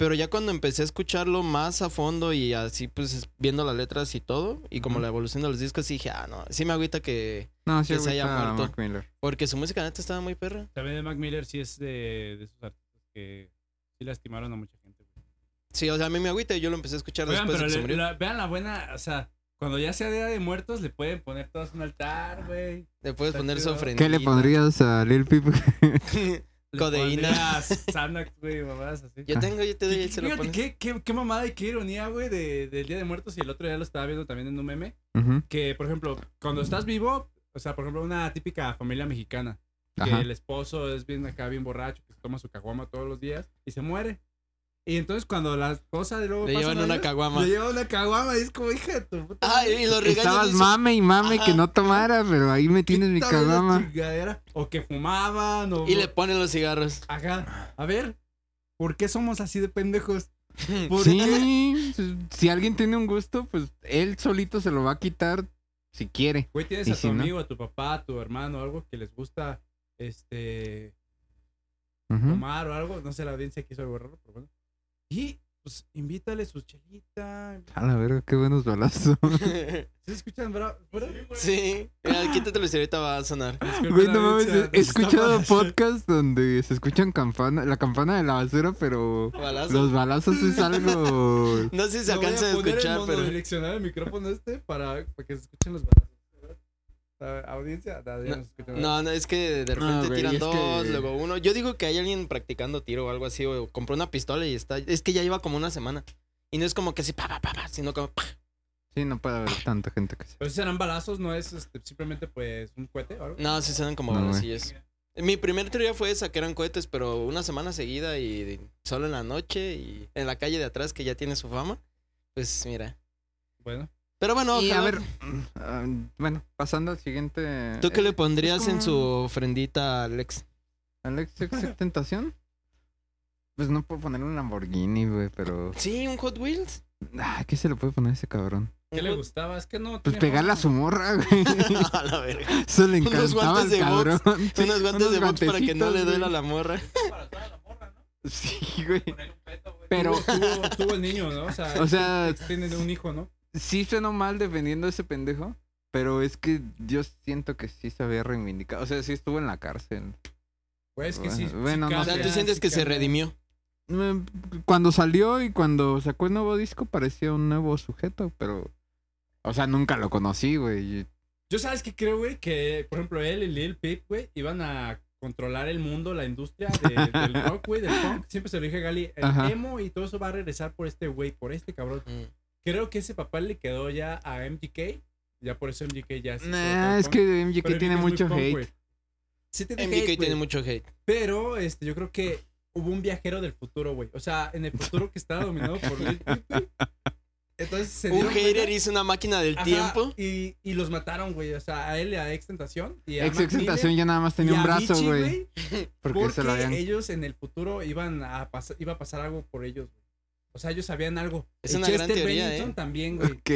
Speaker 2: Pero ya cuando empecé a escucharlo más a fondo y así, pues es- viendo las letras y todo, y como
Speaker 3: Ujú.
Speaker 2: la evolución de los discos, sí dije, ah, no, sí me agüita que.
Speaker 3: No, sí,
Speaker 2: que se haya
Speaker 3: agüita a
Speaker 2: muerto.
Speaker 3: Mac Miller.
Speaker 2: Porque su música neta estaba muy perra.
Speaker 1: también de Mac Miller sí es de, de esos artistas que sí lastimaron a mucha gente.
Speaker 2: Sí, o sea, a mí me agüita y yo lo empecé a escuchar
Speaker 1: Oigan,
Speaker 2: después de
Speaker 1: pero
Speaker 2: que se
Speaker 1: le-
Speaker 2: murió.
Speaker 1: la- vean la buena, o sea, cuando ya sea Día de Muertos le pueden poner todos un altar, güey.
Speaker 2: Le puedes
Speaker 1: está
Speaker 2: poner su
Speaker 1: chido.
Speaker 2: ofrenda.
Speaker 3: ¿Qué le pondrías a Lil Peep?
Speaker 1: le
Speaker 2: Codeína.
Speaker 1: pondría Xanax, güey, mamadas así.
Speaker 2: Yo tengo, yo te doy,
Speaker 1: Fí-
Speaker 2: ahí se lo
Speaker 1: Fíjate
Speaker 2: pones.
Speaker 1: qué, qué, qué mamada y qué ironía, güey, de, del Día de Muertos. Y el otro día lo estaba viendo también en un meme.
Speaker 3: Ujú,
Speaker 1: Que, por ejemplo, cuando estás vivo, o sea, por ejemplo, una típica familia mexicana. Que
Speaker 3: Ajá.
Speaker 1: el esposo es bien acá, bien borracho, que se toma su caguama todos los días y se muere. Y entonces cuando la cosa de luego
Speaker 2: Le
Speaker 1: pasan
Speaker 2: llevan una
Speaker 1: años,
Speaker 2: caguama.
Speaker 5: Le lleva una caguama y es como, hija de tu puta.
Speaker 2: Ah, y lo regañan.
Speaker 3: Estabas
Speaker 2: y dice-
Speaker 3: mame y mame que
Speaker 2: Ajá.
Speaker 3: no tomara, pero ahí me tienes mi
Speaker 5: Quítame la
Speaker 3: caguama.
Speaker 5: chingadera.
Speaker 1: O que fumaban, o...
Speaker 2: Y le ponen los cigarros.
Speaker 1: Ajá. A ver,
Speaker 5: ¿Por qué somos así de pendejos? ¿Por qué?
Speaker 3: Sí, si alguien tiene un gusto, pues él solito se lo va a quitar si quiere.
Speaker 1: Güey, tienes
Speaker 3: Y
Speaker 1: a
Speaker 3: si
Speaker 1: tu
Speaker 3: no.
Speaker 1: amigo, a tu papá, a tu hermano, algo que les gusta este
Speaker 3: Ujú.
Speaker 1: tomar o algo. No sé, la audiencia quiso algo raro, pero bueno. Y pues invítale sus chelitas.
Speaker 3: A la verga, qué buenos balazos.
Speaker 1: ¿Se escuchan bravo?
Speaker 2: Sí. eh, Mira, quítatelo y ahorita va a sonar.
Speaker 3: Güey, no mames, he escuchado podcasts donde se escuchan campana, la campana de la basura, pero
Speaker 2: Balazo.
Speaker 3: los balazos es algo.
Speaker 2: No sé si se alcanza a escuchar, pero.
Speaker 1: direccionar el micrófono este para, para que se escuchen los balazos. La audiencia, no, ya no, se escucha nada.
Speaker 2: No, no, es que de
Speaker 3: No,
Speaker 2: repente
Speaker 3: güey,
Speaker 2: tiran
Speaker 3: es
Speaker 2: dos,
Speaker 3: que-
Speaker 2: luego uno. Yo digo que hay alguien practicando tiro o algo así, o compró una pistola y está. Es que ya lleva como una semana. Y no es como que así, pa, pa, pa, pa, sino como. pa.
Speaker 3: Sí, no puede haber tanta gente que se.
Speaker 1: Pero si serán balazos, no es este, simplemente pues un cohete o algo.
Speaker 2: No, sí suenan como
Speaker 3: No, güey.
Speaker 2: balacillos. Mi primer teoría fue esa, que eran cohetes, pero una semana seguida y solo en la noche y en la calle de atrás, que ya tiene su fama. Pues mira.
Speaker 1: Bueno,
Speaker 2: Pero bueno,
Speaker 3: Y a
Speaker 2: ojalá-
Speaker 3: ver, ah, bueno, pasando al siguiente.
Speaker 2: ¿Tú qué le pondrías en
Speaker 3: eh, como-
Speaker 2: su ofrendita, Alex?
Speaker 3: Alex, ¿ex tentación? Pues no puedo poner un Lamborghini, güey, pero.
Speaker 2: Sí, un Hot Wheels.
Speaker 3: Ah, ¿Qué se le puede poner a ese cabrón?
Speaker 1: ¿qué
Speaker 2: Un
Speaker 1: le
Speaker 2: Hot-
Speaker 1: gustaba? Es que no. tenía
Speaker 3: Pues pegarle a
Speaker 1: forma.
Speaker 3: su morra, güey.
Speaker 2: A la verga.
Speaker 3: Eso le
Speaker 2: Unos
Speaker 3: encantaba
Speaker 2: guantes
Speaker 3: al
Speaker 2: de box.
Speaker 3: cabrón. Sí,
Speaker 2: Unos guantes
Speaker 3: unos
Speaker 2: de box para que no
Speaker 3: guantecitos,
Speaker 2: le duela a
Speaker 3: güey.
Speaker 2: la morra.
Speaker 3: Sí, güey.
Speaker 1: Pero
Speaker 3: Pero-
Speaker 1: tuvo, tuvo el niño, ¿no? O sea,
Speaker 3: O sea,
Speaker 1: tienen un hijo, ¿no?
Speaker 3: sí suena mal defendiendo a ese pendejo, pero es que yo siento que sí se había reivindicado. O sea, sí estuvo en la cárcel.
Speaker 1: Pues que sí.
Speaker 3: Bueno, bueno,
Speaker 1: sí
Speaker 3: no
Speaker 2: O sea,
Speaker 1: cambia,
Speaker 2: tú sientes
Speaker 1: sí
Speaker 2: que se
Speaker 1: cambia.
Speaker 2: redimió.
Speaker 3: Mm, Cuando salió y cuando sacó el nuevo disco parecía un nuevo sujeto, pero... O sea, nunca lo conocí, güey.
Speaker 1: Yo sabes que creo, güey, que por ejemplo él y Lil Peep, güey, iban a controlar el mundo, la industria de- del rock, güey, del punk. Siempre se lo dije a Gali, el
Speaker 3: Ajá.
Speaker 1: emo y todo eso va a regresar por este güey, por este cabrón.
Speaker 2: Mm.
Speaker 1: Creo que ese papá le quedó ya a MGK. Ya por eso MGK ya se hizo
Speaker 3: Nah,
Speaker 1: tan
Speaker 3: es
Speaker 1: punk.
Speaker 3: que
Speaker 1: Pero
Speaker 3: MGK tiene
Speaker 1: es muy
Speaker 3: mucho
Speaker 1: punk,
Speaker 3: hate.
Speaker 1: güey. Sí tiene
Speaker 2: MGK
Speaker 1: hate,
Speaker 2: tiene
Speaker 1: güey.
Speaker 2: mucho hate.
Speaker 1: Pero este, yo creo que hubo un viajero del futuro, güey. O sea, en el futuro que estaba dominado por Lil Peep, güey. Entonces se
Speaker 2: Un
Speaker 1: dieron cuenta-
Speaker 2: hater hizo una máquina del
Speaker 1: Ajá,
Speaker 2: tiempo.
Speaker 1: Y, y los mataron, güey. O sea, a él y a Ex Tentación. Y a
Speaker 3: Ex
Speaker 1: Mac
Speaker 3: Exentación
Speaker 1: Miller,
Speaker 3: ya nada más tenía
Speaker 1: y
Speaker 3: un
Speaker 1: a
Speaker 3: brazo,
Speaker 1: Avicii,
Speaker 3: güey. Porque,
Speaker 1: Porque,
Speaker 3: se lo habían...
Speaker 1: ellos en el futuro iban a pasar, iba a pasar algo por ellos, güey. O sea, ellos sabían algo.
Speaker 2: Es
Speaker 1: Y
Speaker 2: una gran teoría,
Speaker 1: Bennington
Speaker 2: ¿eh?
Speaker 1: también, güey.
Speaker 3: Ok.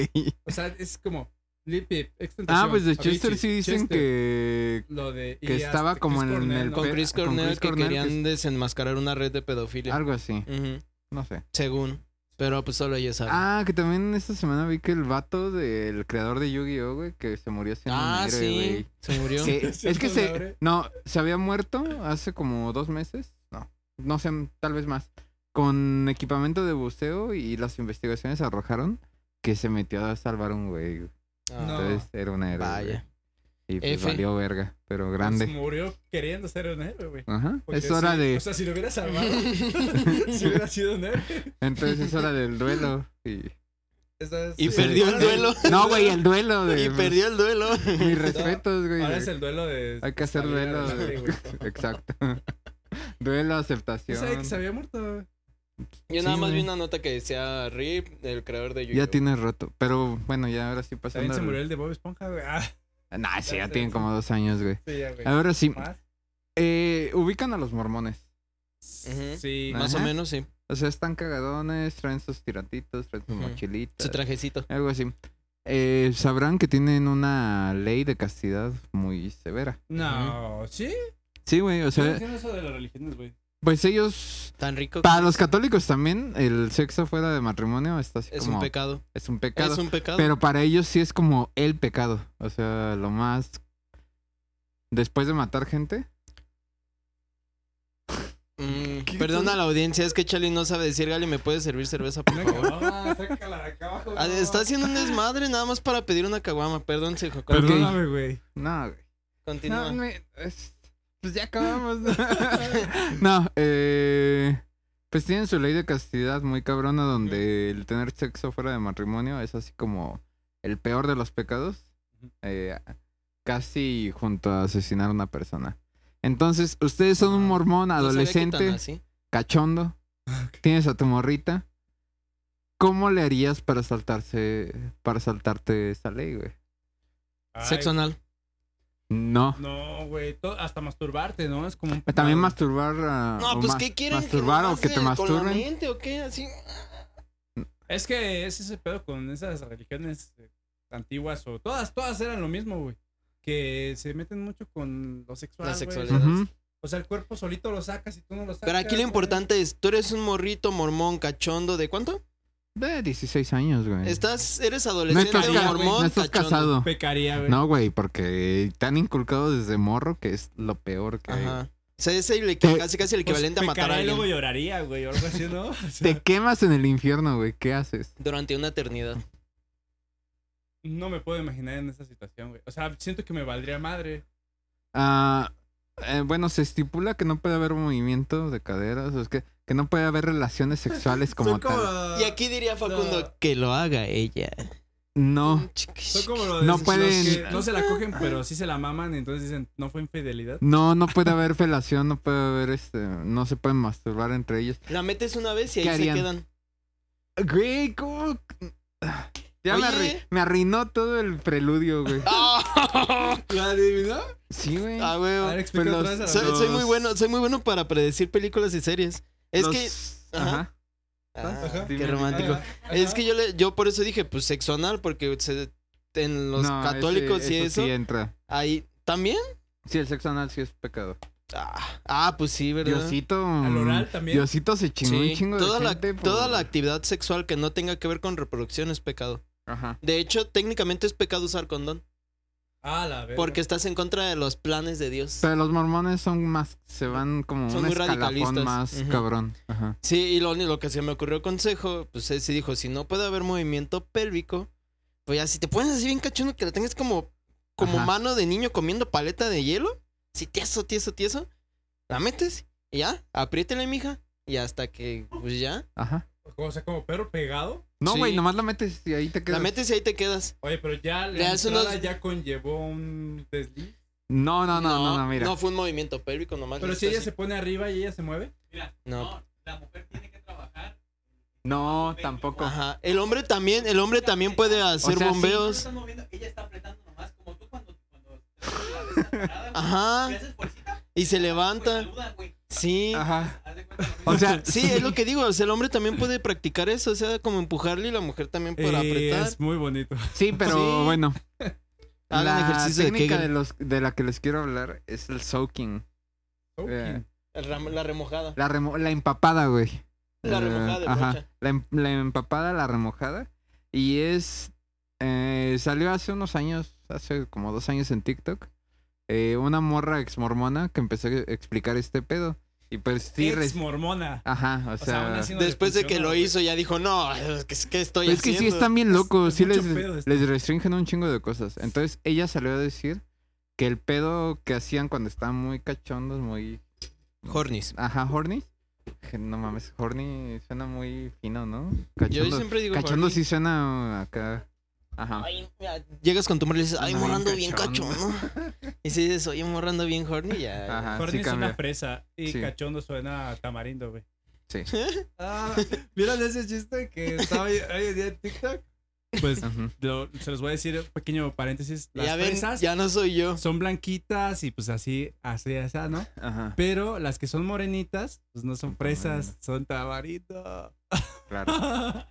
Speaker 1: O sea, es como Lil Peep, Ex Tentación.
Speaker 3: Ah, pues de Chester
Speaker 1: Avicii,
Speaker 3: sí dicen
Speaker 1: Chester,
Speaker 3: que...
Speaker 1: Lo de, y
Speaker 3: que
Speaker 1: hasta
Speaker 3: estaba como en el
Speaker 1: ¿no?
Speaker 2: Con
Speaker 3: pe-
Speaker 2: Chris
Speaker 3: con
Speaker 2: Cornell
Speaker 3: Chris
Speaker 2: que
Speaker 3: Cornell,
Speaker 2: querían
Speaker 3: que-
Speaker 2: desenmascarar una red de pedofilia.
Speaker 3: Algo así,
Speaker 2: Ujú,
Speaker 3: no sé.
Speaker 2: Según. Pero pues solo ellos saben.
Speaker 3: Ah, que también esta semana vi que el vato del creador de Yu-Gi-Oh, güey, que se murió siendo
Speaker 2: Ah,
Speaker 3: un héroe,
Speaker 2: sí.
Speaker 3: güey.
Speaker 2: Se murió.
Speaker 3: Que- es que
Speaker 1: Siendo un héroe.
Speaker 3: se... No, se había muerto hace como dos meses. No, no sé, tal vez más. Con equipamiento de buceo y las investigaciones arrojaron que se metió a salvar un güey. güey.
Speaker 2: Ah,
Speaker 1: No.
Speaker 3: Entonces era un héroe.
Speaker 2: Vaya.
Speaker 3: güey. Y pues
Speaker 2: F.
Speaker 3: valió verga, pero
Speaker 1: Pues
Speaker 3: grande.
Speaker 1: murió queriendo ser un héroe, güey.
Speaker 2: Pues,
Speaker 3: Ajá.
Speaker 1: Porque
Speaker 3: es hora
Speaker 1: sí, pues,
Speaker 3: de...
Speaker 1: O sea, si lo hubiera salvado, si hubiera sido un héroe.
Speaker 3: Entonces es hora del duelo. Y...
Speaker 1: Esa es-
Speaker 2: Y
Speaker 1: sí.
Speaker 2: perdió el
Speaker 1: Ahora-
Speaker 2: duelo.
Speaker 3: No, güey, el duelo de...
Speaker 2: Y perdió el duelo.
Speaker 3: Mis respetos, güey.
Speaker 1: Ahora es el duelo de.
Speaker 3: Hay que hacer
Speaker 1: salir
Speaker 3: duelo.
Speaker 1: adelante,
Speaker 3: de-
Speaker 1: güey.
Speaker 3: Exacto. Duelo,
Speaker 1: Yo
Speaker 3: aceptación.
Speaker 1: sabía que se había muerto.
Speaker 2: Yo nada
Speaker 3: Sí,
Speaker 2: más vi
Speaker 3: güey.
Speaker 2: una nota que decía Rip, el creador de
Speaker 3: Ya
Speaker 2: Yu-Gi-Oh.
Speaker 3: tienes roto. Pero bueno, ya ahora sí
Speaker 1: También
Speaker 3: pasando.
Speaker 1: se
Speaker 3: al-
Speaker 1: murió el de Bob Esponja, güey. Ah,
Speaker 3: Nah, sí, ya tienen como dos años, güey.
Speaker 1: sí, ya, güey.
Speaker 3: Ahora sí.
Speaker 1: Más.
Speaker 3: Eh, ubican a los mormones.
Speaker 2: Ujú.
Speaker 1: Sí.
Speaker 2: Más o
Speaker 3: Ajá.
Speaker 2: menos, sí.
Speaker 3: O sea, están cagadones, traen sus tirantitos, traen sus
Speaker 2: Ujú.
Speaker 3: mochilitas.
Speaker 2: Su trajecito.
Speaker 3: algo así. Eh, sabrán que tienen una ley de castidad muy severa.
Speaker 1: No, sí.
Speaker 3: ¿Eh? Sí, güey, o
Speaker 1: ¿Qué
Speaker 3: sea,
Speaker 1: dicen eso de las religiones, güey?
Speaker 3: pues ellos...
Speaker 2: Tan rico. que
Speaker 3: Para los católicos también, el sexo fuera de matrimonio está así
Speaker 2: Es
Speaker 3: como...
Speaker 2: un pecado.
Speaker 3: Es un pecado.
Speaker 2: Es un pecado.
Speaker 3: Pero para ellos sí es como el pecado. O sea, lo más... Después de matar gente.
Speaker 2: Mm,
Speaker 3: ¿Qué
Speaker 2: perdona a la audiencia, es que Charlie no sabe decir Gali, ¿me puede servir cerveza, por favor?
Speaker 1: No, sácala de acá abajo.
Speaker 2: Ah, Está haciendo un desmadre nada más para pedir una caguama. Perdón, Sejo.
Speaker 3: Pero-
Speaker 1: Perdóname, güey.
Speaker 3: No, güey.
Speaker 2: Continúa.
Speaker 3: No, me- es- pues ya acabamos. no, eh, pues tienen su ley de castidad muy cabrona donde el tener sexo fuera de matrimonio es así como el peor de los pecados.
Speaker 1: Ujú.
Speaker 3: eh, casi junto a asesinar a una persona. Entonces, ustedes son un mormón adolescente, cachondo.
Speaker 2: Ah,
Speaker 3: Tienes a tu morrita. ¿Cómo le harías para saltarse, para saltarte esta ley, güey?
Speaker 1: Ay,
Speaker 2: Sexo anal.
Speaker 3: No.
Speaker 1: No, güey. to- Hasta masturbarte, ¿no? Es como un
Speaker 3: Eh, También
Speaker 1: pecado.
Speaker 3: masturbar a.
Speaker 2: No,
Speaker 3: o
Speaker 2: pues
Speaker 3: ma-
Speaker 2: ¿qué quieren?
Speaker 3: Masturbar
Speaker 2: nos
Speaker 3: o que te
Speaker 2: hace ¿Con la
Speaker 3: masturben.
Speaker 2: mente o qué? Así.
Speaker 1: Es que es ese pedo con esas religiones eh, antiguas o todas, todas eran lo mismo, güey. Que se meten mucho con lo sexual.
Speaker 2: La
Speaker 1: güey.
Speaker 2: sexualidad.
Speaker 3: Ujú.
Speaker 1: O sea, el cuerpo solito lo sacas y tú no lo sacas.
Speaker 2: Pero aquí lo
Speaker 1: güey.
Speaker 2: importante es, tú eres un morrito mormón cachondo de cuánto?
Speaker 3: De 16 años, güey.
Speaker 2: Estás, eres
Speaker 3: no
Speaker 2: adolescente
Speaker 3: estás, ca-
Speaker 2: mormón
Speaker 3: no estás
Speaker 2: cachondo.
Speaker 3: casado.
Speaker 1: Pecaría, güey.
Speaker 3: No, güey, porque te han inculcado desde morro que es lo peor que hay.
Speaker 2: Ajá. O sea, es el equi-
Speaker 3: Te-
Speaker 2: casi casi el
Speaker 1: Pues,
Speaker 2: equivalente a matar a
Speaker 1: pecaría y luego
Speaker 2: alguien
Speaker 1: lloraría, güey, o algo así, ¿no? O sea,
Speaker 3: Te quemas en el infierno, güey. ¿Qué haces?
Speaker 2: durante una eternidad.
Speaker 1: No me puedo imaginar en esa situación, güey. O sea, siento que me valdría madre.
Speaker 3: Ah, eh, bueno, se estipula que no puede haber movimiento de caderas. o Es que, que no puede haber relaciones sexuales como
Speaker 5: Son
Speaker 3: tal.
Speaker 2: Y aquí diría Facundo
Speaker 5: No.
Speaker 2: que lo haga ella.
Speaker 3: No,
Speaker 1: Son como lo de
Speaker 3: No
Speaker 1: los
Speaker 3: pueden-
Speaker 1: que no se la cogen, pero sí se la maman, entonces dicen, no fue infidelidad.
Speaker 3: no, no puede haber felación, no puede haber este. No se pueden masturbar entre ellos.
Speaker 2: La metes una vez y
Speaker 3: ¿Qué
Speaker 2: ahí se
Speaker 3: harían?
Speaker 2: quedan.
Speaker 3: Güey, ¿cómo? Ya
Speaker 2: Oye.
Speaker 3: me, arruin- me arruinó todo el preludio, güey.
Speaker 2: ¡Ah!
Speaker 5: ¿La adivinó?
Speaker 3: Sí, güey.
Speaker 2: Ah,
Speaker 1: A ver,
Speaker 2: huevo.
Speaker 1: explica
Speaker 3: Pero
Speaker 1: otra vez a la
Speaker 2: Soy,
Speaker 1: raza.
Speaker 2: soy muy bueno, soy muy bueno para predecir películas y series. Es
Speaker 3: Los-
Speaker 2: que ajá.
Speaker 3: Ajá.
Speaker 2: Ah,
Speaker 1: Ajá.
Speaker 2: qué
Speaker 3: Dime,
Speaker 2: romántico.
Speaker 1: Ajá, Ah, ajá.
Speaker 2: Es que yo le, yo por eso dije, pues sexo anal, porque se- en los
Speaker 3: No, ese-
Speaker 2: católicos y eso,
Speaker 3: Sí, entra.
Speaker 2: ahí también.
Speaker 3: Sí, el sexo anal sí es pecado.
Speaker 2: Ah, ah, pues sí, ¿verdad?
Speaker 3: Diosito.
Speaker 1: Al oral
Speaker 3: mm,
Speaker 1: también.
Speaker 3: Diosito se chingó
Speaker 2: Sí,
Speaker 3: un chingo
Speaker 2: toda,
Speaker 3: de
Speaker 2: la,
Speaker 3: gente por-
Speaker 2: toda la actividad sexual que no tenga que ver con reproducción es pecado.
Speaker 3: Ajá.
Speaker 2: De hecho, técnicamente es pecado usar condón,
Speaker 1: Ah, la verga.
Speaker 2: porque estás en contra de los planes de Dios.
Speaker 3: Pero los mormones son más. Se van como
Speaker 2: Son
Speaker 3: un
Speaker 2: muy
Speaker 3: escalafón
Speaker 2: radicalistas.
Speaker 3: más
Speaker 2: Ujú.
Speaker 3: cabrón. Ajá.
Speaker 2: Sí, y lo, lo que se me ocurrió consejo, pues él sí dijo, si no puede haber movimiento pélvico, pues ya si te pones así bien cachondo que la tengas como, como
Speaker 3: Ajá.
Speaker 2: mano de niño comiendo paleta de hielo, si tieso, tieso, tieso, la metes y ya, apriétele, mija, y hasta que, pues ya,
Speaker 3: Ajá.
Speaker 1: O sea, como perro pegado.
Speaker 3: No,
Speaker 2: Sí.
Speaker 3: güey, nomás la metes y ahí te
Speaker 2: la
Speaker 3: quedas.
Speaker 2: metes y ahí te quedas.
Speaker 1: Oye, pero ya la
Speaker 2: Le das
Speaker 1: entrada
Speaker 2: unos-
Speaker 1: ya conllevó un desliz.
Speaker 3: No, no, no, no, no, mira.
Speaker 2: No fue un movimiento pélvico nomás.
Speaker 1: Pero
Speaker 2: le
Speaker 1: si ella
Speaker 2: hizo
Speaker 1: se pone arriba y ella se mueve.
Speaker 2: así. No.
Speaker 3: No, tampoco.
Speaker 2: Ajá. El hombre también, el hombre también puede hacer
Speaker 3: sea, sí.
Speaker 2: bombeos. Ajá. Y se
Speaker 3: Pues,
Speaker 2: levanta. Sí.
Speaker 3: Ajá. O sea,
Speaker 2: Sí, es lo que digo. O sea, el hombre también puede practicar eso. O sea, como empujarle y la mujer también para
Speaker 1: Eh,
Speaker 2: apretar.
Speaker 1: es muy bonito.
Speaker 3: Sí, pero
Speaker 2: Sí.
Speaker 3: bueno.
Speaker 2: Hagan
Speaker 3: la
Speaker 2: ejercicio de
Speaker 3: técnica
Speaker 2: Kegel.
Speaker 3: de, los, de la que les quiero hablar es el soaking. Eh,
Speaker 2: El ram- La remojada.
Speaker 3: la, remo- la empapada, güey. Eh,
Speaker 2: La remojada de brocha.
Speaker 3: La, em- la empapada, la remojada. Y es... eh, salió hace unos años, hace como dos años en TikTok, eh, una morra exmormona que empezó a explicar este pedo. Y pues sí...
Speaker 1: Ex
Speaker 3: res-
Speaker 1: mormona.
Speaker 3: Ajá, o
Speaker 1: O sea, aún
Speaker 3: sea...
Speaker 1: así no le
Speaker 2: Después de que
Speaker 1: funcionó,
Speaker 2: lo
Speaker 1: güey.
Speaker 2: hizo, ya dijo, no, es que, es que estoy
Speaker 3: Pues es que sí
Speaker 2: haciendo?".
Speaker 3: están bien locos,
Speaker 1: es
Speaker 3: sí les,
Speaker 1: mucho pedo esto.
Speaker 3: les restringen un chingo de cosas. Entonces ella salió a decir que el pedo que hacían cuando estaban muy cachondos, muy...
Speaker 2: Hornis.
Speaker 3: Ajá, horny. Que No mames, horny suena muy fino, ¿no?
Speaker 2: Yo
Speaker 3: Cachondo,
Speaker 2: siempre digo,
Speaker 3: cachondo
Speaker 2: horny.
Speaker 3: sí suena acá. Ajá.
Speaker 2: Ay, mira, llegas con tu morra y le dices, ay,
Speaker 3: Anda
Speaker 2: morrando bien
Speaker 3: bien
Speaker 2: cacho,
Speaker 3: cachondo".
Speaker 2: ¿no? Y si dices, oye, morrando bien horny, ya.
Speaker 3: Ajá,
Speaker 1: Corny
Speaker 3: sí
Speaker 1: es una
Speaker 3: cambia.
Speaker 1: fresa y
Speaker 3: Sí.
Speaker 1: cachondo suena a tamarindo, güey.
Speaker 5: Ah, ¿Vieron ese chiste que estaba hoy, hoy en día en TikTok?
Speaker 1: Pues
Speaker 3: Ujú.
Speaker 1: lo- se los voy a decir un pequeño paréntesis. Las
Speaker 2: Ya ven,
Speaker 1: fresas
Speaker 2: ya no soy yo.
Speaker 1: son blanquitas y pues así, así, así, ¿no?
Speaker 3: Ajá,
Speaker 1: Pero las que son morenitas, pues no son
Speaker 3: Son
Speaker 1: fresas, son tamarindo.
Speaker 3: claro.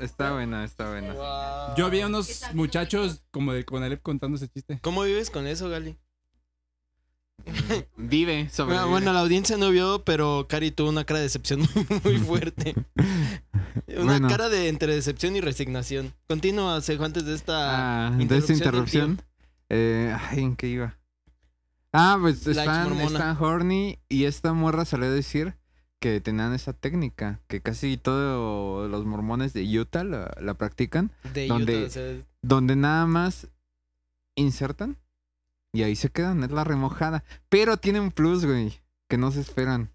Speaker 3: Está buena, está buena.
Speaker 2: Wow.
Speaker 1: Yo vi a unos muchachos como del Conalep contando ese chiste.
Speaker 2: ¿Cómo vives con eso, Gali?
Speaker 3: Vive, sobre.
Speaker 2: Ah, Bueno, bueno, la audiencia no vio, pero Cari tuvo una cara de decepción muy, muy fuerte. Una
Speaker 3: Bueno.
Speaker 2: cara de entre decepción y resignación. Continúa, Sejo, antes de esta...
Speaker 3: Ah, de esta
Speaker 2: interrupción
Speaker 3: interrupción. Eh, ay, ¿en qué iba? Ah, pues
Speaker 2: La
Speaker 3: están,
Speaker 2: exmormona.
Speaker 3: están horny y esta morra salió a decir que tenían esa técnica, que casi todos los mormones de Utah la- la practican.
Speaker 2: de
Speaker 3: donde-
Speaker 2: Utah, o sea,
Speaker 3: donde nada más insertan Y ahí se quedan, es la remojada. Pero tiene un plus, güey, que no se esperan.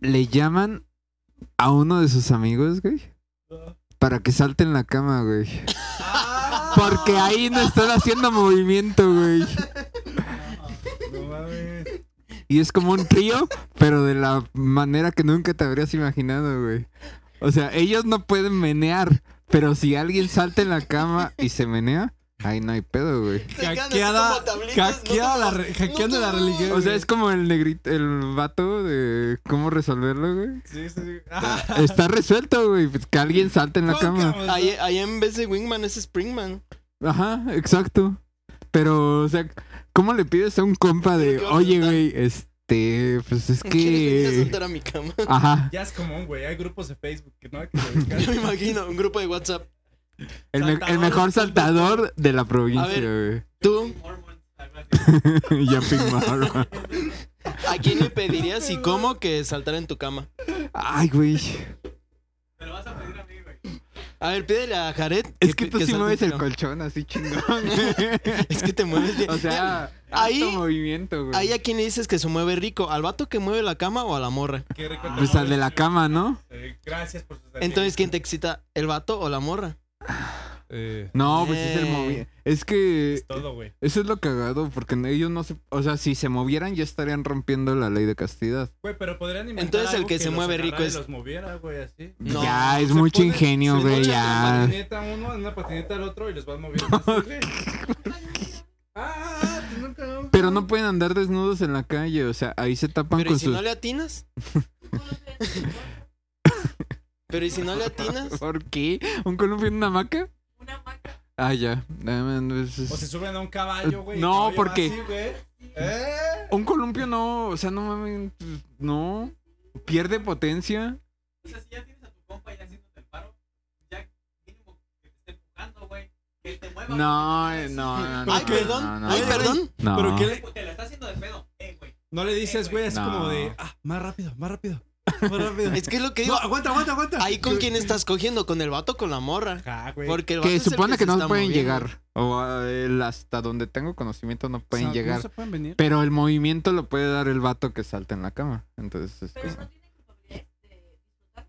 Speaker 3: Le llaman a uno de sus amigos, güey, para que salte en la cama, güey. Porque ahí no están haciendo movimiento, güey.
Speaker 1: No mames.
Speaker 3: Y es como un trío, pero de la manera que nunca te habrías imaginado, güey. O sea, ellos no pueden menear, pero si alguien salta en la cama y se menea, ahí no hay pedo, güey.
Speaker 5: Hackeada, hackeada la re- hackeando la religión.
Speaker 3: O sea, es como el negrito, el vato de cómo resolverlo, güey.
Speaker 1: Sí, sí, sí.
Speaker 3: Está resuelto, güey. pues que alguien salte Ah, en la cama.
Speaker 2: Ahí,
Speaker 1: eh.
Speaker 2: ahí en vez de Wingman es Springman.
Speaker 3: Ajá, exacto. Pero, o sea, ¿cómo le pides a un compa de, oye, güey, este, pues es
Speaker 2: ¿Quieres venir a
Speaker 3: que...
Speaker 2: saltar a mi cama?
Speaker 3: Ajá,
Speaker 1: Ya es común, güey. Hay grupos de Facebook que no hay que
Speaker 2: Yo me
Speaker 1: buscar.
Speaker 2: imagino, un grupo de WhatsApp.
Speaker 3: el, me- el mejor saltador de la provincia, güey.
Speaker 2: ¿Tú
Speaker 3: Jumping Marvel.
Speaker 2: a quién le pedirías y cómo que saltara en tu cama?
Speaker 3: Ay, güey.
Speaker 1: Te lo vas a pedir a mí, güey.
Speaker 2: A ver, pídele a Jared.
Speaker 3: Es que tú sí
Speaker 2: salte
Speaker 3: mueves
Speaker 2: en
Speaker 3: el
Speaker 2: tu cama.
Speaker 3: colchón así chingón. güey.
Speaker 2: Es que te mueves bien.
Speaker 3: O sea,
Speaker 2: Em, Ahí-
Speaker 3: alto movimiento, güey.
Speaker 2: Ahí a quién le dices que se mueve rico, al vato que mueve la cama o a la morra.
Speaker 1: Qué rico. te
Speaker 3: Pues al de la
Speaker 1: mueves.
Speaker 3: cama, ¿no?
Speaker 1: Eh, Gracias por sus
Speaker 2: Entonces, ¿quién te excita? ¿El vato o la morra?
Speaker 5: Eh,
Speaker 3: No, pues es el
Speaker 2: Eh.
Speaker 3: movimiento. Es que
Speaker 1: Es todo, güey.
Speaker 3: eso es lo cagado, porque ellos no se... O sea, si se movieran ya estarían rompiendo la ley de castidad.
Speaker 1: Güey, pero podrían inventar
Speaker 2: Entonces, el
Speaker 1: algo
Speaker 2: que se
Speaker 1: los
Speaker 2: mueve rico
Speaker 1: agarrara y
Speaker 2: es-
Speaker 1: los moviera, güey, así.
Speaker 2: No,
Speaker 3: ya, es
Speaker 1: se
Speaker 3: mucho
Speaker 1: ponen-
Speaker 3: ingenio,
Speaker 1: se
Speaker 3: güey,
Speaker 1: ponen En una
Speaker 3: ya.
Speaker 1: patineta uno, en una patineta al otro y los van moviendo así, güey. Ah, tú nunca...
Speaker 3: Pero no pueden andar desnudos en la calle, o sea, ahí se tapan
Speaker 2: Pero ¿y
Speaker 3: con
Speaker 2: si
Speaker 3: sus...
Speaker 2: no le atinas? Pero ¿y si no le atinas?
Speaker 3: ¿Por qué? ¿Un columpio en una hamaca?
Speaker 4: Una maca.
Speaker 3: Ah, ya. Ah, man, pues, es-
Speaker 1: O se suben a un caballo, güey. y el
Speaker 3: No,
Speaker 1: caballo va
Speaker 3: porque-
Speaker 1: así, güey. ¿Eh?
Speaker 3: Un columpio no, o sea, no mames, no. Pierde potencia.
Speaker 6: O sea, si ya tienes a tu compa ya haciéndote el paro, ya mínimo que te esté empujando, güey. Que te mueva.
Speaker 3: No, eh, no, no, no.
Speaker 2: Ay,
Speaker 3: no,
Speaker 2: perdón.
Speaker 3: no, no,
Speaker 2: Ay,
Speaker 3: no.
Speaker 2: perdón.
Speaker 3: No.
Speaker 5: ¿Pero qué
Speaker 6: güey.
Speaker 5: le,
Speaker 6: Te la está haciendo de pedo. Eh, güey.
Speaker 5: no le dices, güey? Así
Speaker 3: No.
Speaker 5: como de, ah, más rápido, más rápido, más rápido.
Speaker 2: Es que es lo que
Speaker 5: No,
Speaker 2: digo.
Speaker 5: aguanta, aguanta, aguanta.
Speaker 2: Ahí con quién estás cogiendo, con el vato o con la morra.
Speaker 1: Ja, güey.
Speaker 2: Porque el vato
Speaker 3: Que
Speaker 2: es el
Speaker 3: supone
Speaker 2: se
Speaker 3: que, no
Speaker 2: está
Speaker 3: pueden
Speaker 2: moviendo.
Speaker 3: llegar. O ah, el hasta donde tengo conocimiento no
Speaker 1: O sea,
Speaker 3: pueden llegar.
Speaker 1: No se pueden venir.
Speaker 3: Pero el movimiento lo puede dar el vato que salta en la cama. Entonces, este,
Speaker 4: Pero no tienen que poder, este, disfrutar.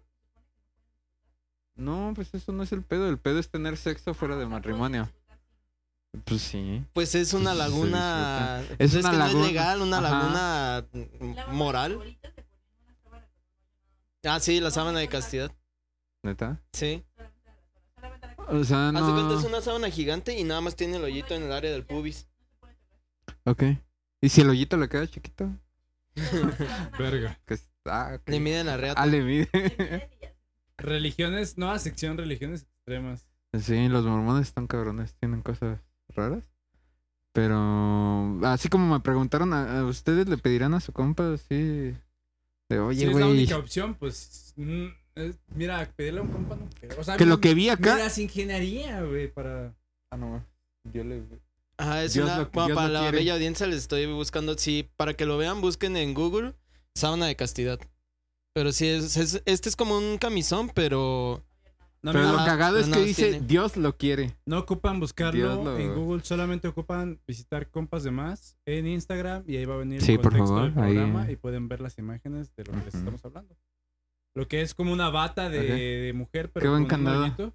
Speaker 3: no, pues eso no es el pedo. El pedo es tener sexo
Speaker 4: Ah,
Speaker 3: fuera de matrimonio. Pues sí.
Speaker 2: Pues es una laguna.
Speaker 3: Sí, sí, sí.
Speaker 2: pues
Speaker 3: Es una
Speaker 2: que no
Speaker 3: laguna.
Speaker 2: es legal, una
Speaker 3: Ajá.
Speaker 2: laguna
Speaker 4: La
Speaker 2: mm,
Speaker 4: mamá
Speaker 2: moral.
Speaker 4: ahorita te pone una sábana con
Speaker 2: Ah, sí, la sábana de castidad.
Speaker 3: ¿Neta?
Speaker 2: Sí.
Speaker 4: solamente la-
Speaker 3: O sea,
Speaker 2: Hace cuenta es
Speaker 3: no.
Speaker 2: una sábana gigante y nada más tiene el hoyito en el área del pubis.
Speaker 3: Ok. ¿Y si el hoyito le queda chiquito?
Speaker 5: Verga.
Speaker 3: Que está.
Speaker 2: Le miden la reata.
Speaker 3: Ah, le mide.
Speaker 1: Religiones, nueva sección, religiones extremas.
Speaker 3: Sí, los mormones están cabrones, tienen cosas raras. Pero así como me preguntaron, ¿a, a ustedes le pedirán a su compa así? De,
Speaker 1: si
Speaker 3: oye,
Speaker 1: es la
Speaker 3: güey,
Speaker 1: única opción, pues. mm, es- mira, pedirle a un compa no. pero, O sea,
Speaker 3: que
Speaker 1: mi-
Speaker 3: lo que vi
Speaker 1: Me
Speaker 3: acá...
Speaker 1: las ingeniaría, güey, para.
Speaker 3: Ah, no, yo le...
Speaker 2: Ajá, es
Speaker 3: Dios
Speaker 2: una.
Speaker 3: lo-
Speaker 2: bueno,
Speaker 3: Dios
Speaker 2: para
Speaker 3: lo
Speaker 2: la
Speaker 3: quiere.
Speaker 2: bella audiencia les estoy buscando. Sí, para que lo vean, busquen en Google sábana de castidad. Pero sí, es, es- este es como un camisón, pero.
Speaker 1: No,
Speaker 3: Pero
Speaker 1: mira,
Speaker 3: lo
Speaker 2: Ajá,
Speaker 3: cagado es
Speaker 2: pero
Speaker 3: que
Speaker 2: no
Speaker 3: dice,
Speaker 2: tiene.
Speaker 3: Dios lo quiere.
Speaker 1: no ocupan buscarlo
Speaker 3: Dios lo-
Speaker 1: en Google, solamente ocupan visitar compas de más en Instagram y ahí va a venir
Speaker 3: Sí,
Speaker 1: el
Speaker 3: por
Speaker 1: contexto
Speaker 3: favor,
Speaker 1: del programa
Speaker 3: ahí.
Speaker 1: y pueden ver las imágenes de lo que les
Speaker 3: Ujú.
Speaker 1: estamos hablando. Lo que es como una bata de,
Speaker 3: Ok.
Speaker 1: de mujer, pero
Speaker 3: Qué buen
Speaker 1: con un
Speaker 3: candado.
Speaker 1: hoyito.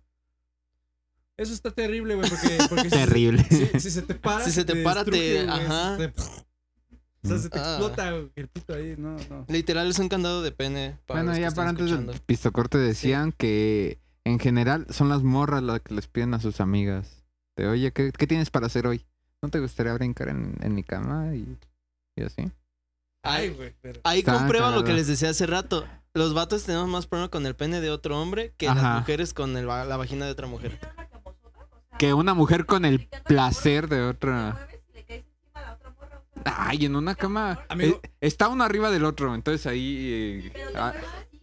Speaker 1: Eso está terrible, güey, porque, porque si-
Speaker 3: Terrible.
Speaker 1: Si, si se te para,
Speaker 2: Si se te para, te-
Speaker 1: destruye, güey,
Speaker 2: ajá.
Speaker 1: se te- o sea, se te
Speaker 2: Ah.
Speaker 1: explota güey, el pito ahí, no, no.
Speaker 2: Literal es un candado de pene. para
Speaker 3: bueno,
Speaker 2: los que
Speaker 3: ya
Speaker 2: están
Speaker 3: para antes
Speaker 2: escuchando.
Speaker 3: del pistocorte decían que en general son las morras las que les piden a sus amigas. De, oye, ¿qué, qué tienes para hacer hoy? ¿No te gustaría brincar en, en mi cama? Y, y así.
Speaker 2: Ay,
Speaker 1: Ay, güey, pero.
Speaker 2: Ahí
Speaker 3: Está
Speaker 2: comprueba lo que
Speaker 3: cagado.
Speaker 2: les decía hace rato. Los vatos tenemos más problema con el pene de otro hombre que
Speaker 3: Ajá.
Speaker 2: las mujeres con el va- la vagina de otra mujer.
Speaker 4: Tiene una camosota, o sea,
Speaker 3: Que una mujer con
Speaker 4: le
Speaker 3: el
Speaker 4: encanta la
Speaker 3: placer
Speaker 4: morra,
Speaker 3: de
Speaker 4: te
Speaker 3: otra.
Speaker 4: mueves y le caes encima a la otra morra, o sea,
Speaker 3: Ay, en una cama.
Speaker 1: Amigo.
Speaker 3: eh, está uno arriba del otro, entonces ahí. eh,
Speaker 4: pero te
Speaker 3: ah,
Speaker 4: mueves así,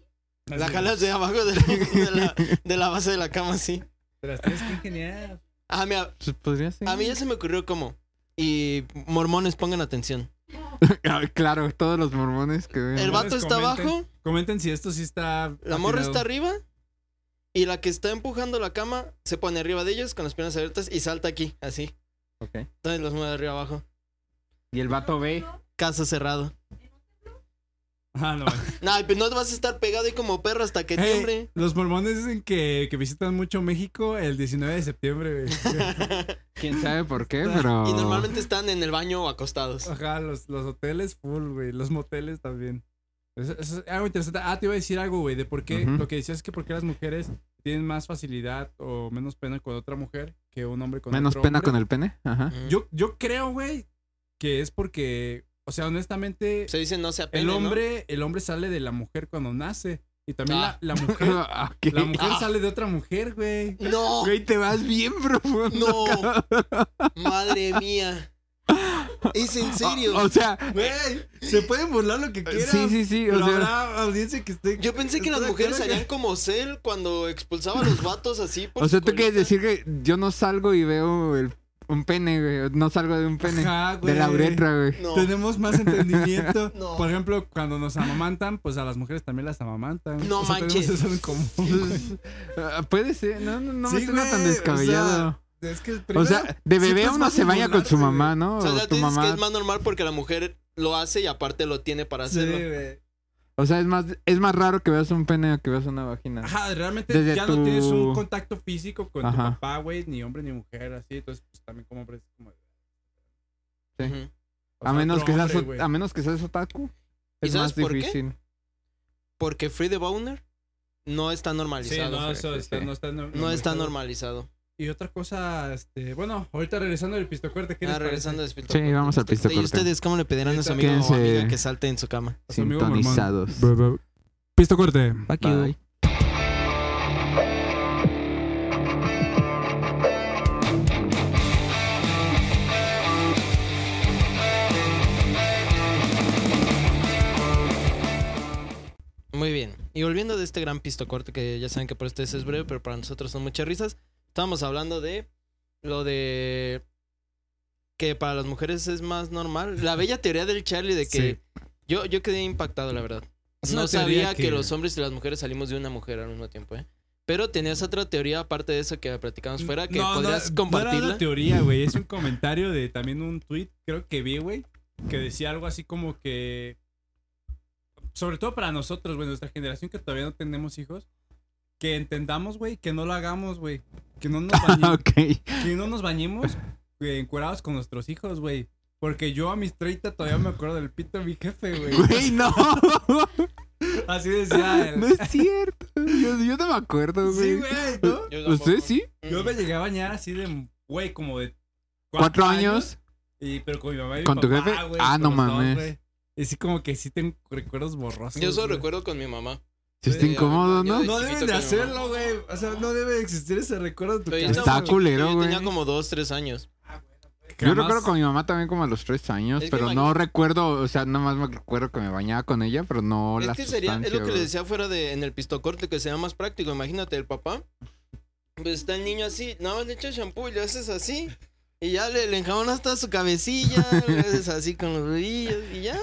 Speaker 2: La jalas de abajo de la, de la- de la base de la cama, sí.
Speaker 1: Te las tienes que ingeniar.
Speaker 2: Ah, mira,
Speaker 3: pues podría ser.
Speaker 2: a mí ya se me ocurrió cómo. Y mormones, pongan atención.
Speaker 3: Ah, claro, todos los mormones que ven.
Speaker 1: Mormones,
Speaker 2: El vato está
Speaker 1: comenten.
Speaker 2: abajo,
Speaker 1: Comenten si esto sí está.
Speaker 2: la morra
Speaker 1: patinado.
Speaker 2: está arriba Y la que está empujando la cama se pone arriba de ellos con las piernas abiertas y salta aquí, así.
Speaker 3: Ok.
Speaker 2: Entonces los mueve de arriba abajo.
Speaker 3: Y el vato ve.
Speaker 2: Caso cerrado.
Speaker 1: Ah, no.
Speaker 2: No, pues no vas a estar pegado ahí como perro hasta que
Speaker 5: Hey,
Speaker 2: tiembre.
Speaker 5: los mormones dicen que, que visitan mucho México el 19 de septiembre, güey.
Speaker 3: Quién sabe por qué, pero.
Speaker 2: Y normalmente están en el baño o acostados.
Speaker 5: Ajá, los, los hoteles full, güey. Los moteles también.
Speaker 1: Eso, eso es algo interesante. Ah, te iba a decir algo, güey, de por qué.
Speaker 3: Ujú.
Speaker 1: Lo que decías es que por qué las mujeres tienen más facilidad o menos pena con otra mujer que un hombre con
Speaker 3: Menos
Speaker 1: otro
Speaker 3: pena
Speaker 1: hombre.
Speaker 3: con el pene. Ajá.
Speaker 1: Yo, yo creo, güey, que es porque, o sea, honestamente,
Speaker 2: se dice no se apena.
Speaker 1: el hombre, el hombre sale de la mujer cuando nace. Y también
Speaker 2: Ah.
Speaker 1: la, la mujer,
Speaker 3: Ok.
Speaker 1: la mujer
Speaker 2: Ah.
Speaker 1: sale de otra mujer, güey.
Speaker 2: No,
Speaker 3: Güey, te vas bien profundo.
Speaker 2: no. Madre mía. Es en serio.
Speaker 3: O, o sea,
Speaker 5: Güey, se pueden burlar lo que quieran.
Speaker 3: sí, sí, sí. O
Speaker 5: Pero
Speaker 3: sea,
Speaker 5: habrá audiencia que esté.
Speaker 2: Yo pensé que las
Speaker 5: Estoy de
Speaker 2: mujeres
Speaker 5: acuerdo
Speaker 2: salían como Cell cuando expulsaba a los vatos así. Por
Speaker 3: o
Speaker 2: su
Speaker 3: sea, tú quieres
Speaker 2: colita.
Speaker 3: decir que yo no salgo y veo el- un pene, güey. No salgo de un pene.
Speaker 5: Ajá,
Speaker 3: de
Speaker 5: güey.
Speaker 3: la uretra, güey.
Speaker 2: No.
Speaker 5: Tenemos más entendimiento.
Speaker 2: No.
Speaker 1: Por ejemplo, cuando nos amamantan, pues a las mujeres también las amamantan.
Speaker 2: No
Speaker 1: tenemos
Speaker 2: manches.
Speaker 1: eso en común.
Speaker 3: Ah, Puede ser. No, no, no me
Speaker 5: Sí,
Speaker 3: suena tan
Speaker 5: güey, o
Speaker 3: descabellado.
Speaker 5: Es que
Speaker 3: O sea,
Speaker 5: primero-
Speaker 3: de
Speaker 5: sí,
Speaker 3: bebé
Speaker 5: pues,
Speaker 3: uno
Speaker 5: vas
Speaker 3: se
Speaker 5: a
Speaker 3: baña con su
Speaker 5: burlarse,
Speaker 3: mamá, ¿no?
Speaker 2: O sea,
Speaker 3: Ah, O
Speaker 2: ya
Speaker 3: tu
Speaker 2: te dices que
Speaker 3: mamá.
Speaker 2: es más normal porque la mujer lo hace y aparte lo tiene para
Speaker 5: Sí,
Speaker 2: hacerlo.
Speaker 5: güey.
Speaker 3: O sea, es más, es más raro que veas un pene a que veas una vagina.
Speaker 1: Ajá, realmente
Speaker 3: Desde
Speaker 1: ya
Speaker 3: tu-
Speaker 1: no tienes un contacto físico con
Speaker 3: Ajá.
Speaker 1: tu papá, güey, ni hombre ni mujer, así. Entonces, pues también como hombre es como. o
Speaker 3: Sí.
Speaker 2: Ujú.
Speaker 3: A
Speaker 1: sea,
Speaker 3: menos,
Speaker 1: otro
Speaker 3: que seas,
Speaker 1: hombre,
Speaker 3: ot-
Speaker 1: güey.
Speaker 3: a menos que seas otaku.
Speaker 2: ¿Y
Speaker 3: Es
Speaker 2: sabes
Speaker 3: más
Speaker 2: por qué?
Speaker 3: difícil.
Speaker 2: Porque Free the Boner no está
Speaker 1: Sí,
Speaker 2: normalizado.
Speaker 1: no, eso
Speaker 3: sí,
Speaker 1: está-
Speaker 3: sí.
Speaker 1: no está normal.
Speaker 2: No está normalizado.
Speaker 1: Y otra cosa, este, bueno, ahorita regresando del pistocorte, ¿qué les
Speaker 2: Ah, regresando
Speaker 1: parece?
Speaker 2: de Spilto
Speaker 3: Sí,
Speaker 2: Corte.
Speaker 3: vamos al pisto
Speaker 2: ¿Y
Speaker 3: corte.
Speaker 2: ustedes cómo le pedirán a su amigo o
Speaker 3: Quédense.
Speaker 2: amiga que salte en su cama?
Speaker 1: a su amigo mormón.
Speaker 3: Sintonizados.
Speaker 1: Pistocorte.
Speaker 3: Bye.
Speaker 2: Muy bien. Y volviendo de este gran pisto corte, que ya saben que para ustedes es breve, pero para nosotros son muchas risas. Estábamos hablando de lo de que para las mujeres es más normal. La bella teoría del Charlie de que yo, yo quedé impactado, la verdad.
Speaker 1: Es
Speaker 2: No
Speaker 1: una teoría
Speaker 2: sabía que...
Speaker 1: que-
Speaker 2: los hombres y las mujeres salimos de una mujer al mismo tiempo, ¿eh? Pero tenías otra teoría aparte de eso que platicamos Pues fuera, que
Speaker 1: No, no,
Speaker 2: podrías
Speaker 1: No era
Speaker 2: compartirla.
Speaker 1: una teoría, güey. Es un comentario de también un tweet, creo que vi, güey, que decía algo así como que. Sobre todo para nosotros, güey, nuestra generación que todavía no tenemos hijos, que entendamos, güey, que no lo hagamos, güey. Que no nos
Speaker 3: Ah,
Speaker 1: bañemos,
Speaker 3: ok.
Speaker 1: que no nos bañemos güey, encuerados con nuestros hijos, güey. Porque yo a mis 30 todavía me acuerdo del pito de mi jefe, güey.
Speaker 3: Güey, no.
Speaker 1: Así
Speaker 2: Ah,
Speaker 1: decía él.
Speaker 3: No es cierto. Yo, yo no me acuerdo,
Speaker 1: Sí,
Speaker 3: güey.
Speaker 1: güey, ¿no?
Speaker 2: Yo tampoco.
Speaker 3: ¿Usted Pues sí?
Speaker 1: Yo me llegué a bañar así de, güey, como de
Speaker 3: ¿Cuatro años?
Speaker 1: Y, pero con mi mamá y mi
Speaker 3: ¿Con tu
Speaker 1: papá,
Speaker 3: jefe?
Speaker 1: güey,
Speaker 3: Ah,
Speaker 1: con
Speaker 3: no
Speaker 1: los dos,
Speaker 3: mames.
Speaker 1: güey. Y sí, como que sí tengo recuerdos borrosos.
Speaker 2: Yo solo
Speaker 1: güey.
Speaker 2: recuerdo con mi mamá.
Speaker 3: Si está
Speaker 2: Sí,
Speaker 3: incómodo,
Speaker 2: yo
Speaker 3: ¿no?
Speaker 2: de
Speaker 5: No
Speaker 2: chiquito
Speaker 5: deben
Speaker 2: que
Speaker 5: de
Speaker 2: no.
Speaker 5: hacerlo, güey. O sea, no debe de existir ese recuerdo de tu
Speaker 2: Pero yo
Speaker 5: cabeza.
Speaker 2: estaba
Speaker 3: Está
Speaker 2: chiquito,
Speaker 3: culero,
Speaker 2: Yo tenía
Speaker 3: güey.
Speaker 2: como dos, tres años.
Speaker 3: Yo
Speaker 1: Jamás-
Speaker 3: recuerdo con mi mamá también como a los tres años,
Speaker 2: Es que
Speaker 3: pero
Speaker 2: imagi-
Speaker 3: no recuerdo, o sea, nada más me recuerdo que me bañaba con ella, pero no la
Speaker 2: es que sería, es lo que
Speaker 3: sustancia,
Speaker 2: le decía fuera de en el pistocorte que sería más práctico. Imagínate, el papá. Pues está el niño así, nada más le echas shampoo y le haces así. Y ya le, le enjabonas hasta su cabecilla, le haces así con los rodillos y ya.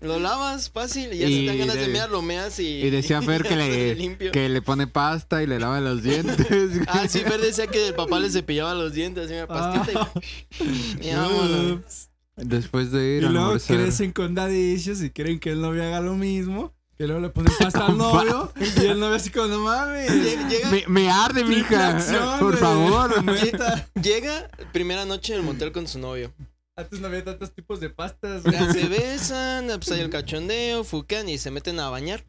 Speaker 2: Lo lavas fácil y ya si
Speaker 3: Y
Speaker 2: te dan ganas de,
Speaker 3: de-
Speaker 2: mear, lo meas y.
Speaker 3: y decía Fer que le-
Speaker 2: sale
Speaker 3: güey.
Speaker 2: limpio.
Speaker 3: Que le pone pasta y le lava los dientes. güey.
Speaker 2: Ah, sí, Fer decía que el papá le cepillaba los dientes, así
Speaker 3: Ah.
Speaker 2: una pastita. Y, y vámonos.
Speaker 5: Ups.
Speaker 3: Después de
Speaker 5: Y
Speaker 3: ir a
Speaker 5: luego
Speaker 3: almorzar.
Speaker 5: crecen con daddy issues y creen que el novio haga lo mismo. Y luego le ponen pasta al
Speaker 3: Con pa-
Speaker 5: novio. Y el novio así como, no mames.
Speaker 2: Lle- Llega,
Speaker 3: Me, me arde,
Speaker 5: Triple
Speaker 3: mija.
Speaker 5: acción,
Speaker 3: Por
Speaker 5: güey.
Speaker 3: favor.
Speaker 5: Neta,
Speaker 2: llega primera noche en el motel con su novio.
Speaker 5: Antes no había tantos tipos de pastas. güey.
Speaker 2: Ya se besan, pues hay el cachondeo, fucan y se meten a bañar.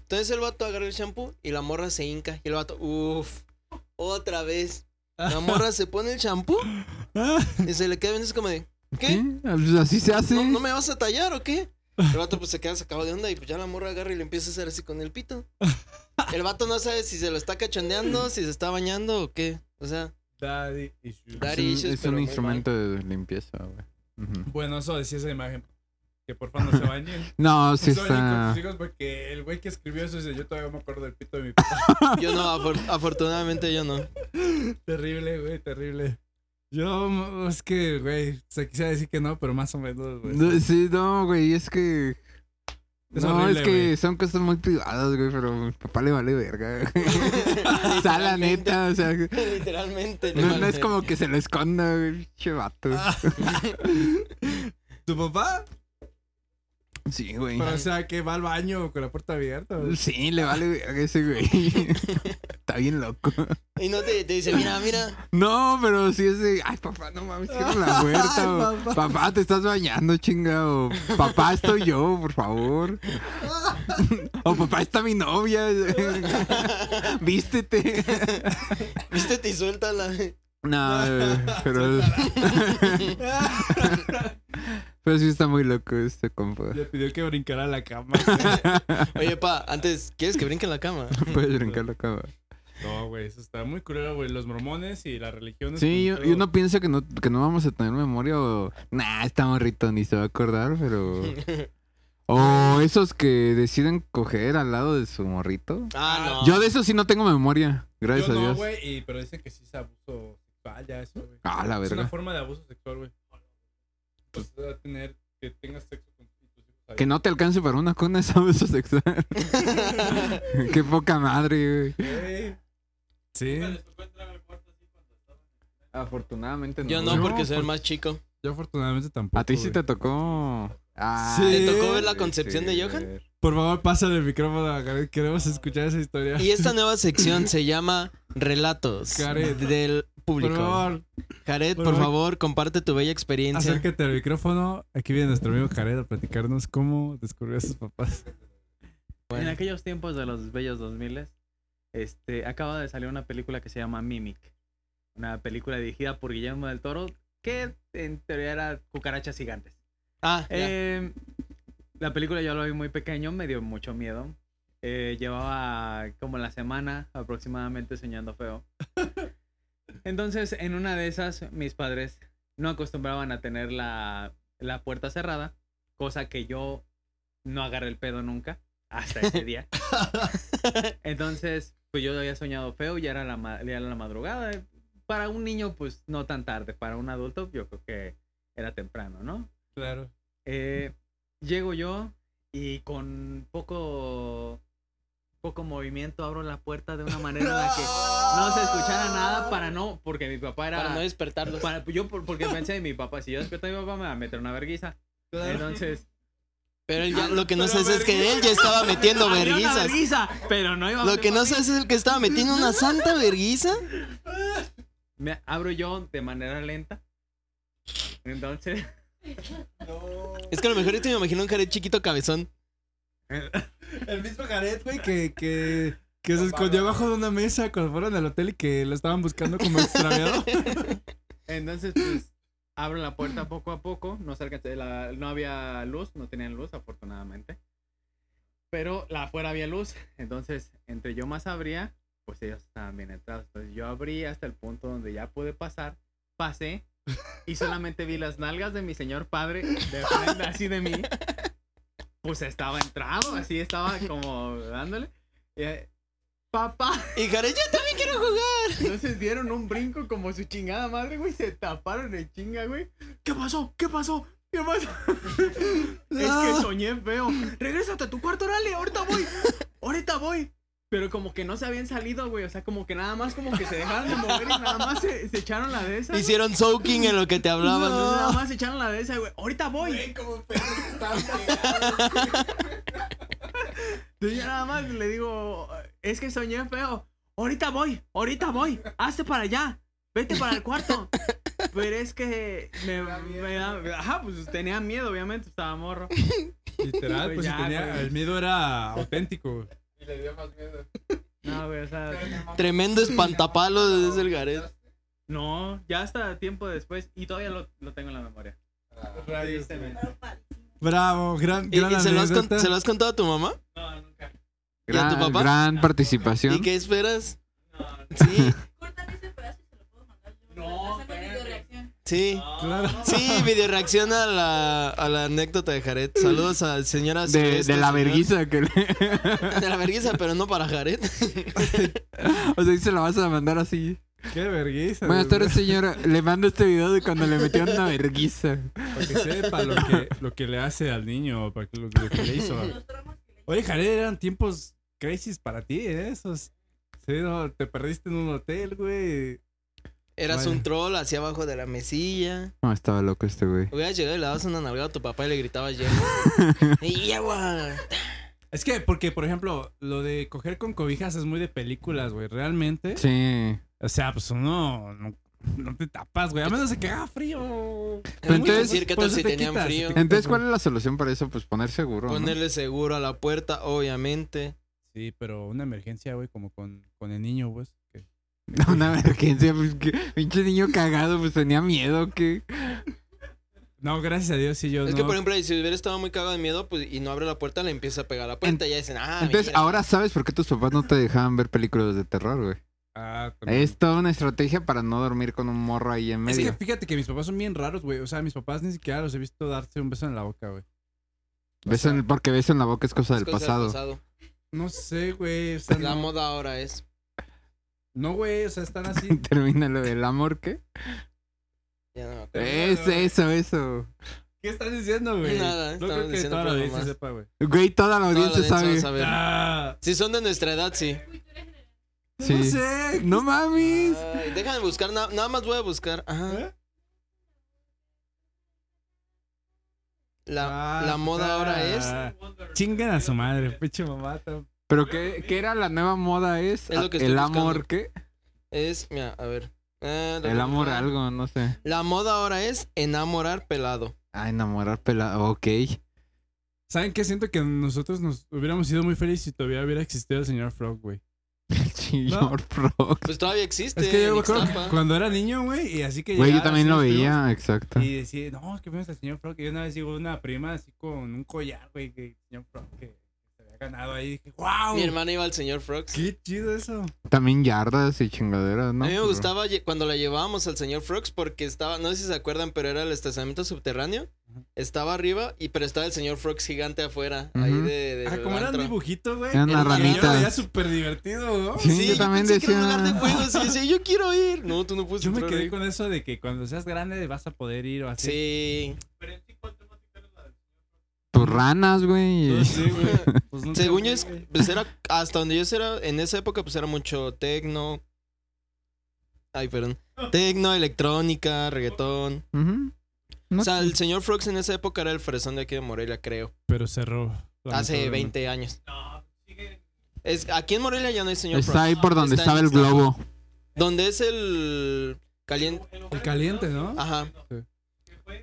Speaker 2: Entonces el vato agarra el shampoo y la morra se hinca. Y el vato, uff, otra vez. La morra se pone el shampoo y se le queda viendo, es como de, ¿qué?
Speaker 3: ¿Qué? Pues así se hace.
Speaker 2: ¿No, no me vas a tallar o qué? El vato pues se queda sacado de onda y pues ya la morra agarra y le empieza a hacer así con el pito. El vato no sabe si se lo está cachondeando, si se está bañando o qué. O sea,
Speaker 1: Daddy issues.
Speaker 2: dar
Speaker 3: Es un-
Speaker 2: issues,
Speaker 3: es
Speaker 2: pero
Speaker 3: un
Speaker 2: muy
Speaker 3: instrumento de limpieza, güey. Ujú.
Speaker 1: Bueno, eso decía esa imagen. Que porfa no se bañen.
Speaker 3: No, sí
Speaker 1: no se bañen con
Speaker 3: está.
Speaker 1: sus hijos porque el güey que escribió eso dice: Yo todavía me acuerdo del pito de mi papá.
Speaker 2: mal. Yo no, afor- afortunadamente yo no.
Speaker 5: Terrible, güey, terrible.
Speaker 1: Yo, mm, es que, güey, se quisiera decir que no, pero más o menos, güey.
Speaker 3: No, sí, no, güey, es que.
Speaker 1: Es
Speaker 3: no,
Speaker 1: horrible,
Speaker 3: es que
Speaker 1: güey.
Speaker 3: son cosas muy privadas, güey, pero a mi papá le vale verga. güey. o sea, la neta, o sea, no,
Speaker 2: Literalmente.
Speaker 3: no es como que se lo esconda, güey, che vato.
Speaker 2: Ah.
Speaker 5: ¿Tu papá?
Speaker 3: Sí, güey.
Speaker 5: Pero, o sea, que va al baño con la puerta abierta. güey.
Speaker 3: Sí, le vale verga ese güey. Está bien loco.
Speaker 2: Y no te, te dice, mira, mira.
Speaker 3: No, pero sí es de, ay, papá, no mames, cierra la puerta. o,
Speaker 5: Ay, papá.
Speaker 3: papá. te estás bañando, chingado. Papá, estoy yo, por favor. o papá, está mi novia. Vístete.
Speaker 2: Viste, te suelta la.
Speaker 3: No, eh, pero. pero sí está muy loco este compa.
Speaker 5: Le pidió que brincara a la cama.
Speaker 2: Oye, pa, antes, ¿quieres que brinque en la cama?
Speaker 3: Puedes brincar la cama.
Speaker 1: No, güey, eso está muy cruel, güey. Los mormones y las religiones.
Speaker 3: Sí,
Speaker 1: con
Speaker 3: yo,
Speaker 1: todo.
Speaker 3: yo no pienso que no, que no vamos a tener memoria o... Nah, está morrito, ni se va a acordar, pero... O esos que deciden coger al lado de su morrito.
Speaker 2: Ah, no.
Speaker 3: Yo de eso sí no tengo memoria,
Speaker 1: Yo
Speaker 3: gracias a
Speaker 1: no,
Speaker 3: Dios.
Speaker 1: güey, y- pero dicen que sí es abuso sexual, ya eso, güey.
Speaker 3: ah, la
Speaker 1: Es una
Speaker 3: verga.
Speaker 1: forma de abuso sexual, güey. Pues va a tener que tengas sexo con tus hijos. ahí.
Speaker 3: Que no te alcance para una cuna es abuso sexual. Qué poca madre, güey.
Speaker 5: Sí.
Speaker 6: Nunca les tocó entrar al cuarto así cuando estaban.
Speaker 3: Afortunadamente
Speaker 2: Yo no, porque soy el más chico.
Speaker 5: Yo afortunadamente tampoco.
Speaker 3: A ti sí
Speaker 5: güey.
Speaker 3: te tocó... Ah,
Speaker 5: Sí. ¿Te
Speaker 2: tocó ver la concepción de Johan?
Speaker 3: güey.
Speaker 5: Por favor, pásale el micrófono a Gabriel. Queremos
Speaker 1: Ah,
Speaker 5: escuchar esa historia.
Speaker 2: Y esta nueva sección se llama Relatos
Speaker 5: Jared.
Speaker 2: del
Speaker 5: Por
Speaker 2: público.
Speaker 5: favor,
Speaker 2: Jared, por
Speaker 5: Por favor.
Speaker 2: favor, comparte tu bella experiencia.
Speaker 5: acércate al micrófono. Aquí viene nuestro amigo Jared a platicarnos cómo descubrió a sus papás.
Speaker 7: En aquellos tiempos de los bellos 2000 este, acaba de salir una película que se llama Mimic. Una película dirigida por Guillermo del Toro, que en teoría era cucarachas gigantes.
Speaker 2: Ah, ya.
Speaker 7: Eh, la película yo la vi muy pequeño, me dio mucho miedo. Eh, llevaba como la semana aproximadamente soñando feo. Entonces, en una de esas, mis padres no acostumbraban a tener la, la puerta cerrada, cosa que yo no agarré el pedo nunca, hasta ese día. Entonces, pues yo había soñado feo, ya era la, ma- ya era la madrugada. Para un niño, pues no tan tarde, para un adulto yo creo que era temprano, ¿no?
Speaker 1: Claro.
Speaker 7: Eh, llego yo y con poco poco movimiento abro la puerta de una manera en la que no se escuchara nada para no, porque mi papá era
Speaker 2: Para no despertarlos.
Speaker 7: para- yo por- porque pensé mi papá, si yo despierto a mi papá me va a meter una verguiza. Entonces,
Speaker 2: Pero él ya- lo que no sabes es que él ya estaba metiendo
Speaker 7: había una
Speaker 2: verguizas.
Speaker 7: verguiza, pero no iba a
Speaker 2: Lo
Speaker 7: ser
Speaker 2: que no
Speaker 7: para mí.
Speaker 2: sabes es el que estaba metiendo una santa verguiza.
Speaker 7: me abro yo de manera lenta. Entonces,
Speaker 2: Es que a lo mejor ahorita me imagino un Jared chiquito cabezón.
Speaker 5: El mismo Jared, güey, que, que, que se escondió abajo de una mesa cuando fueron al hotel y que lo estaban buscando como extraviado.
Speaker 7: Entonces, pues, abro la puerta poco a poco. No, se alcanza- la- no había luz, no tenían luz, afortunadamente. Pero la afuera había luz. Entonces, entre yo más abría, pues ellos estaban bien entrados. Entonces, yo abrí hasta el punto donde ya pude pasar. Pasé y solamente vi las nalgas de mi señor padre de frente, así de mí. Pues estaba entrado, así estaba como dándole. Y, eh, Papá.
Speaker 2: Y Jared, yo también quiero jugar.
Speaker 7: Entonces dieron un brinco como su chingada madre, güey. Se taparon de chinga, güey. ¿Qué pasó? ¿Qué pasó? ¿Qué pasó? Es
Speaker 2: Ah.
Speaker 7: que soñé feo. Regrésate a tu cuarto, órale. Ahorita voy. Ahorita voy. Pero como que no se habían salido, güey. O sea, como que nada más como que se dejaron de mover y nada más se, se echaron la de esa. güey.
Speaker 2: Hicieron soaking en lo que te hablaban.
Speaker 7: Nada más se echaron la de esa, güey. Ahorita voy. Entonces yo nada más le digo, es que soñé feo. Ahorita voy, ahorita voy, hazte para allá, vete para el cuarto. Pero es que me, me da, ajá, pues tenía miedo, obviamente, estaba morro.
Speaker 1: Literal,
Speaker 7: Güey,
Speaker 1: pues si
Speaker 7: ya,
Speaker 1: tenía,
Speaker 7: güey.
Speaker 1: el miedo era auténtico. güey.
Speaker 7: No, güey, o sea,
Speaker 2: Tremendo espantapalo es el Jared.
Speaker 7: no, ya hasta tiempo después y todavía lo, lo tengo en la memoria. Tristemente.
Speaker 5: Bravo, gran,
Speaker 2: ¿Y,
Speaker 5: gran
Speaker 2: y se, lo has con-
Speaker 5: anécdota.
Speaker 2: se lo has contado a tu mamá?
Speaker 7: No, nunca.
Speaker 2: ¿Y a tu
Speaker 3: Gran,
Speaker 2: papá? Ah.
Speaker 3: gran participación.
Speaker 2: ¿Y qué esperas?
Speaker 7: No, no.
Speaker 2: Sí,
Speaker 4: Cortan ese pedazo y se lo puedo mandar yo.
Speaker 7: No,
Speaker 4: Hacemos video
Speaker 7: espérate.
Speaker 4: reacción.
Speaker 2: sí.
Speaker 5: Claro.
Speaker 2: Sí, video reacciona a la, a la anécdota de Jared. Saludos a señora
Speaker 3: De,
Speaker 2: Silvestre,
Speaker 3: de la
Speaker 2: este señor.
Speaker 3: verguiza que le-
Speaker 2: De la vergüenza, pero no para Jared.
Speaker 3: O sea, y se la vas a mandar así.
Speaker 5: Qué vergüenza.
Speaker 3: Buenas
Speaker 5: güey.
Speaker 3: tardes, señora. Le mando este video de cuando le metieron una verguiza.
Speaker 1: Para que sepa lo que, lo que le hace al niño, para que lo, lo que le hizo.
Speaker 4: Los traumas que le
Speaker 1: Oye, Jared, eran tiempos crisis para ti, ¿eh? Esos. Sí, no, te perdiste en un hotel, güey.
Speaker 2: Eras
Speaker 1: Bueno.
Speaker 2: un troll hacia abajo de la mesilla.
Speaker 3: No, estaba loco este güey.
Speaker 2: Hubieras llegado y le dabas una nalgada a tu papá y le gritabas ya. ¡Y agua!
Speaker 1: Es que, porque, por ejemplo, lo de coger con cobijas es muy de películas, güey. Realmente.
Speaker 3: Sí.
Speaker 1: O sea, pues uno no, no te tapas, güey. A menos de que haga frío.
Speaker 2: Pero
Speaker 3: entonces,
Speaker 2: decir, ¿qué
Speaker 1: por
Speaker 2: tal
Speaker 1: eso
Speaker 2: si
Speaker 1: te
Speaker 2: tenían
Speaker 1: quitas,
Speaker 2: frío?
Speaker 1: te quitas,
Speaker 3: Entonces,
Speaker 1: güey.
Speaker 3: ¿cuál es la solución para eso? Pues poner seguro. ¿no?
Speaker 2: Ponerle seguro a la puerta, obviamente.
Speaker 1: Sí, pero una emergencia, güey, como con, con el niño, güey. que-
Speaker 3: No, una emergencia. Pues, que, pinche niño cagado, pues tenía miedo. que
Speaker 1: No, gracias a Dios, sí, yo
Speaker 2: Es
Speaker 1: Pues no.
Speaker 2: que, por ejemplo, si hubiera estado muy cagado de miedo pues, y no abre la puerta, le empieza a pegar a la puerta y ya dicen, ah,
Speaker 3: Entonces,
Speaker 2: mira".
Speaker 3: ahora sabes por qué tus papás no te dejaban ver películas de terror, güey.
Speaker 1: Ah, también.
Speaker 3: Es toda una estrategia para no dormir con un morro ahí en
Speaker 1: Es
Speaker 3: medio.
Speaker 1: que fíjate que mis papás son bien raros, güey. O sea, mis papás ni siquiera los he visto darse un beso en la boca, güey.
Speaker 3: Beso en el- porque beso en la boca es cosa
Speaker 2: Es
Speaker 3: del
Speaker 2: cosa
Speaker 3: pasado.
Speaker 1: No sé, güey. o sea,
Speaker 2: Pues, La
Speaker 1: no-
Speaker 2: moda ahora es.
Speaker 1: no, güey. O sea, están así.
Speaker 3: Termina lo del amor, ¿qué?
Speaker 2: Ya no me acuerdo.
Speaker 3: Es eso, eso.
Speaker 1: ¿Qué estás diciendo, güey?
Speaker 2: Nada,
Speaker 1: no
Speaker 2: estamos
Speaker 1: creo que
Speaker 2: diciendo
Speaker 1: toda la
Speaker 2: pura
Speaker 1: audiencia
Speaker 2: mamá.
Speaker 1: sepa, güey.
Speaker 3: Güey, toda la
Speaker 2: Toda la audiencia
Speaker 3: audiencia sabe.
Speaker 2: va a saber.
Speaker 1: Ah,
Speaker 2: Si son de nuestra edad, sí.
Speaker 3: Sí.
Speaker 1: No sé.
Speaker 3: No mames.
Speaker 2: Ay, déjame buscar, na- nada más voy a buscar. Ajá.
Speaker 1: ¿Eh?
Speaker 2: La,
Speaker 1: Ah,
Speaker 2: la moda ahora es.
Speaker 1: ah, Chingan a su madre, pinche mamá. tan-
Speaker 3: Pero ¿qué, qué era la nueva moda? Es,
Speaker 2: Es lo que estoy
Speaker 3: el
Speaker 2: buscando.
Speaker 3: amor, ¿qué?
Speaker 2: Es, mira, a ver. Ah, la-
Speaker 3: El amor algo, no sé.
Speaker 2: La moda ahora es enamorar pelado.
Speaker 3: Ah, enamorar pelado. Ok.
Speaker 1: ¿Saben qué? Siento que nosotros nos hubiéramos sido muy felices si todavía hubiera existido el señor Frog, güey.
Speaker 3: Señor Frog.
Speaker 2: Pues todavía existe.
Speaker 1: Es que yo
Speaker 2: en
Speaker 1: me acuerdo que
Speaker 2: Ixtapa.
Speaker 1: cuando era niño, güey, y así que
Speaker 3: Güey, yo
Speaker 1: llegaba,
Speaker 3: también
Speaker 1: así
Speaker 3: lo
Speaker 1: nos fuimos,
Speaker 3: veía, exacto.
Speaker 1: Y decía, no, es que fuimos al señor Frog. Y una vez llegó una prima así con un collar, güey, que el señor Frog que se había ganado ahí. Y dije, wow.
Speaker 2: Mi hermana iba al señor Frogs.
Speaker 1: Qué chido eso.
Speaker 3: También yardas y chingaderas, ¿no? pues,
Speaker 2: a mí me
Speaker 3: Pero-
Speaker 2: gustaba lle- cuando la llevábamos al señor Frogs porque estaba, no sé si se acuerdan, pero era el estacionamiento subterráneo.
Speaker 1: Ajá.
Speaker 2: Estaba arriba, y pero estaba el señor Frogs gigante afuera, ahí
Speaker 3: Ujú.
Speaker 2: de, de
Speaker 1: Ah, como eran
Speaker 2: antro.
Speaker 1: dibujitos, güey.
Speaker 3: Eran
Speaker 1: el
Speaker 3: unas
Speaker 1: niño
Speaker 3: ranitas.
Speaker 1: Era súper divertido, ¿no?
Speaker 3: Sí, yo también
Speaker 2: pensé que era un
Speaker 3: decía-
Speaker 2: lugar de juegos, y decía, yo quiero ir. No, tú no puedes
Speaker 1: Yo me
Speaker 2: entrar Pues ahí.
Speaker 1: quedé con eso de que cuando seas grande vas a poder ir o así.
Speaker 2: Sí.
Speaker 3: Tus ranas, güey.
Speaker 1: Ah, Sí, güey. Pues nunca
Speaker 2: Según
Speaker 1: fui,
Speaker 2: yo, es-
Speaker 1: güey.
Speaker 2: pues era hasta donde yo era, en esa época, pues era mucho tecno. Ay, perdón. Tecno, electrónica, reggaetón.
Speaker 3: Ujú. No-
Speaker 2: O sea, el señor Frogs en esa época era el fresón de aquí de Morelia, creo.
Speaker 1: Pero cerró.
Speaker 2: Hace
Speaker 1: lamentablemente.
Speaker 2: 20 años. Es, aquí en Morelia ya no hay señor
Speaker 3: Está
Speaker 2: Frogs.
Speaker 3: ahí por donde
Speaker 2: Está
Speaker 3: estaba
Speaker 2: en
Speaker 3: el
Speaker 2: Ixtapa.
Speaker 3: globo.
Speaker 2: Donde es el caliente.
Speaker 1: El caliente, ¿no?
Speaker 2: Ajá.
Speaker 1: Sí.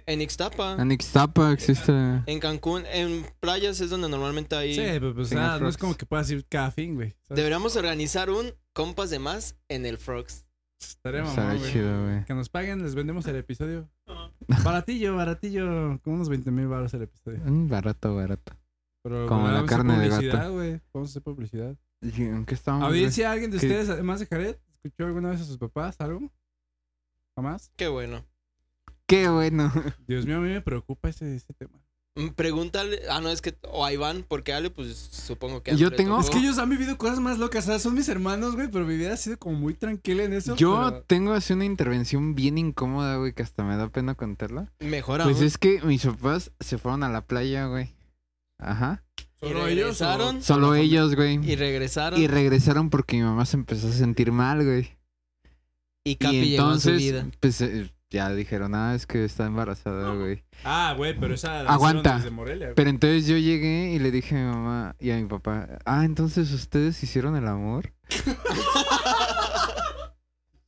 Speaker 2: En Ixtapa.
Speaker 3: En Ixtapa existe.
Speaker 2: En Cancún. En playas es donde normalmente hay.
Speaker 1: Sí, pero pues
Speaker 3: Señor
Speaker 1: nada, no es
Speaker 3: Frogs.
Speaker 1: como que puedas ir cada fin, güey. ¿sabes?
Speaker 2: Deberíamos organizar un compas de más en el Frogs.
Speaker 1: Estaría
Speaker 3: Estará
Speaker 1: mamón, güey.
Speaker 3: chido, güey.
Speaker 1: Que nos paguen, les vendemos el episodio. Baratillo, baratillo. Como unos 20 mil baros el episodio.
Speaker 3: Mm, Barato, barato.
Speaker 1: Pero,
Speaker 3: Como
Speaker 1: güey,
Speaker 3: la
Speaker 1: vamos a hacer
Speaker 3: carne de
Speaker 1: publicidad,
Speaker 3: gato.
Speaker 1: güey. Vamos a hacer publicidad.
Speaker 3: ¿Y ¿En qué estábamos? güey?
Speaker 1: Audiencia, ¿alguien de
Speaker 3: ¿Qué?
Speaker 1: ustedes, además de Jared, escuchó alguna vez a sus papás algo? ¿Jamás?
Speaker 2: Qué bueno.
Speaker 3: Qué bueno.
Speaker 1: Dios mío, a mí me preocupa ese, ese tema.
Speaker 2: Mm, Pregúntale. Ah, no, es que. O a Iván, porque Ale, pues supongo que.
Speaker 3: Yo
Speaker 2: André
Speaker 3: tengo-
Speaker 2: tocó.
Speaker 1: Es que ellos han vivido cosas más locas. O sea, son mis hermanos, güey, pero mi vida ha sido como muy tranquila en eso.
Speaker 3: Yo
Speaker 1: pero-
Speaker 3: tengo así una intervención bien incómoda, güey, que hasta me da pena contarla.
Speaker 2: Mejor
Speaker 3: Pues
Speaker 2: aún.
Speaker 3: es que mis papás se fueron a la playa, güey. Ajá.
Speaker 2: Y
Speaker 1: ¿Solo ellos o-
Speaker 2: regresaron.
Speaker 3: Solo ellos, güey.
Speaker 2: Y regresaron.
Speaker 3: Y regresaron porque mi mamá se empezó a sentir mal, güey.
Speaker 2: Y Capi
Speaker 3: Y
Speaker 2: llegó a su
Speaker 3: entonces,
Speaker 2: vida.
Speaker 3: pues eh, ya dijeron, ah, es que está embarazada, güey.
Speaker 1: Ah, güey, pero esa. la
Speaker 3: Aguanta.
Speaker 1: hicieron desde Morelia, güey.
Speaker 3: Pero entonces yo llegué y le dije a mi mamá y a mi papá, ah, entonces ustedes hicieron el amor.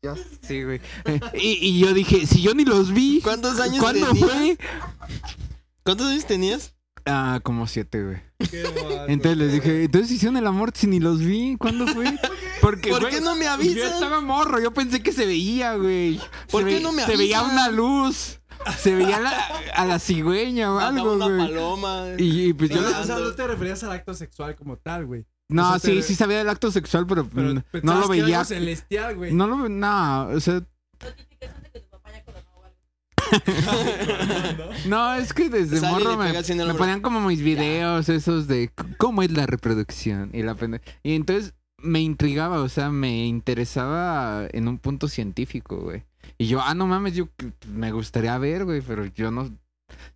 Speaker 3: Yo, sí, güey. Eh, y, y yo dije, si yo ni los vi,
Speaker 2: ¿Cuántos años
Speaker 3: ¿cuándo
Speaker 2: tenías?
Speaker 3: fue?
Speaker 2: ¿Cuántos años tenías?
Speaker 3: Ah, como siete, güey.
Speaker 1: Qué mal,
Speaker 3: Entonces les dije, entonces hicieron el amor si ni los vi, ¿cuándo fue? Porque,
Speaker 2: ¿Por
Speaker 3: güey, pues,
Speaker 2: qué no me
Speaker 3: Yo
Speaker 2: avisas?
Speaker 3: estaba morro, yo pensé que se veía, güey.
Speaker 2: ¿Por
Speaker 3: Se
Speaker 2: qué
Speaker 3: ve-
Speaker 2: no me
Speaker 3: Se veía
Speaker 2: avisan?
Speaker 3: una luz, se veía la- a la cigüeña o
Speaker 2: Mandaba
Speaker 3: algo,
Speaker 2: una
Speaker 3: güey.
Speaker 2: paloma. Ah,
Speaker 3: Y, y pues yo...
Speaker 2: Pero-
Speaker 1: Ah, O sea, no te referías al acto sexual como tal, güey.
Speaker 3: No,
Speaker 1: o sea,
Speaker 3: sí,
Speaker 1: pero-
Speaker 3: sí sabía del acto sexual, pero,
Speaker 1: Pero
Speaker 3: mm, no
Speaker 1: pensabas
Speaker 3: lo
Speaker 1: que era
Speaker 3: veía.
Speaker 1: algo celestial, güey.
Speaker 3: No lo ve- no, o sea,
Speaker 4: Notificación de que tu papá ya coronó o algo.
Speaker 3: no, es que desde
Speaker 2: Sale y le
Speaker 3: morro me,
Speaker 2: pega así en el
Speaker 3: me
Speaker 2: hombro.
Speaker 3: ponían como mis videos esos de c- cómo es la reproducción y la pende- Y entonces me intrigaba, o sea, me interesaba en un punto científico, güey. Y yo, ah, no mames, yo que- me gustaría ver, güey, pero yo no,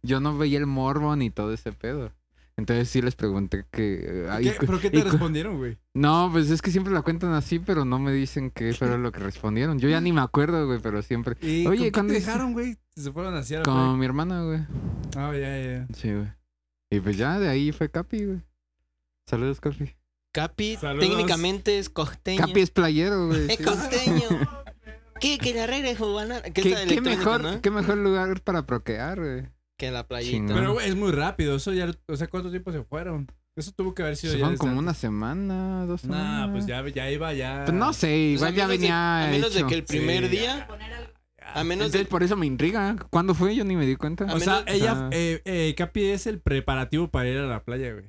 Speaker 3: yo no veía el morbo ni todo ese pedo. Entonces sí les pregunté que... eh, ay,
Speaker 1: ¿Qué?
Speaker 3: cu-
Speaker 1: ¿Pero qué
Speaker 3: y
Speaker 1: te
Speaker 3: cu-
Speaker 1: respondieron, güey?
Speaker 3: No, pues es que siempre la cuentan así, pero no me dicen qué fue lo que respondieron. Yo ya ni me acuerdo, güey, pero siempre...
Speaker 1: ¿Y
Speaker 3: Oye,
Speaker 1: con qué
Speaker 3: ¿cuándo
Speaker 1: te
Speaker 3: es-
Speaker 1: dejaron, güey? Se fueron hacia la
Speaker 3: Como mi hermana, güey.
Speaker 1: playa. Ah, ya, ya, ya.
Speaker 3: Sí, güey. Y pues ya, de ahí fue Capi, güey. Saludos, Capi.
Speaker 2: Capi
Speaker 1: Saludos.
Speaker 2: técnicamente es costeño.
Speaker 3: Capi es playero, güey.
Speaker 2: es
Speaker 3: sí.
Speaker 2: costeño. ¿Qué? Que la regla es jugar. Que
Speaker 3: ¿Qué,
Speaker 2: está
Speaker 3: qué
Speaker 2: electrónica,
Speaker 3: mejor,
Speaker 2: ¿no?
Speaker 3: ¿Qué mejor lugar para proquear, güey?
Speaker 2: Que la
Speaker 3: Chingón.
Speaker 2: playita.
Speaker 1: Pero, güey, es muy rápido. Eso ya. O sea, ¿cuánto tiempo se fueron? Eso tuvo que haber sido
Speaker 3: Se
Speaker 1: ya.
Speaker 3: fueron
Speaker 1: desde
Speaker 3: como
Speaker 1: antes.
Speaker 3: una semana, dos semanas.
Speaker 1: Nah, pues ya, ya iba, ya.
Speaker 3: Pues no sé,
Speaker 2: Pues a
Speaker 3: igual ya
Speaker 2: menos de-
Speaker 3: venía
Speaker 2: a menos
Speaker 3: hecho.
Speaker 2: de que el primer
Speaker 1: Sí.
Speaker 2: día.
Speaker 4: Poner algo.
Speaker 2: A menos
Speaker 3: Entonces
Speaker 2: de.
Speaker 3: por eso me intriga. ¿Cuándo fue? Yo ni me di cuenta.
Speaker 2: A
Speaker 1: O sea,
Speaker 2: menos-
Speaker 1: ella,
Speaker 3: Ah.
Speaker 1: eh, eh, Capi es el preparativo para ir a la playa, güey.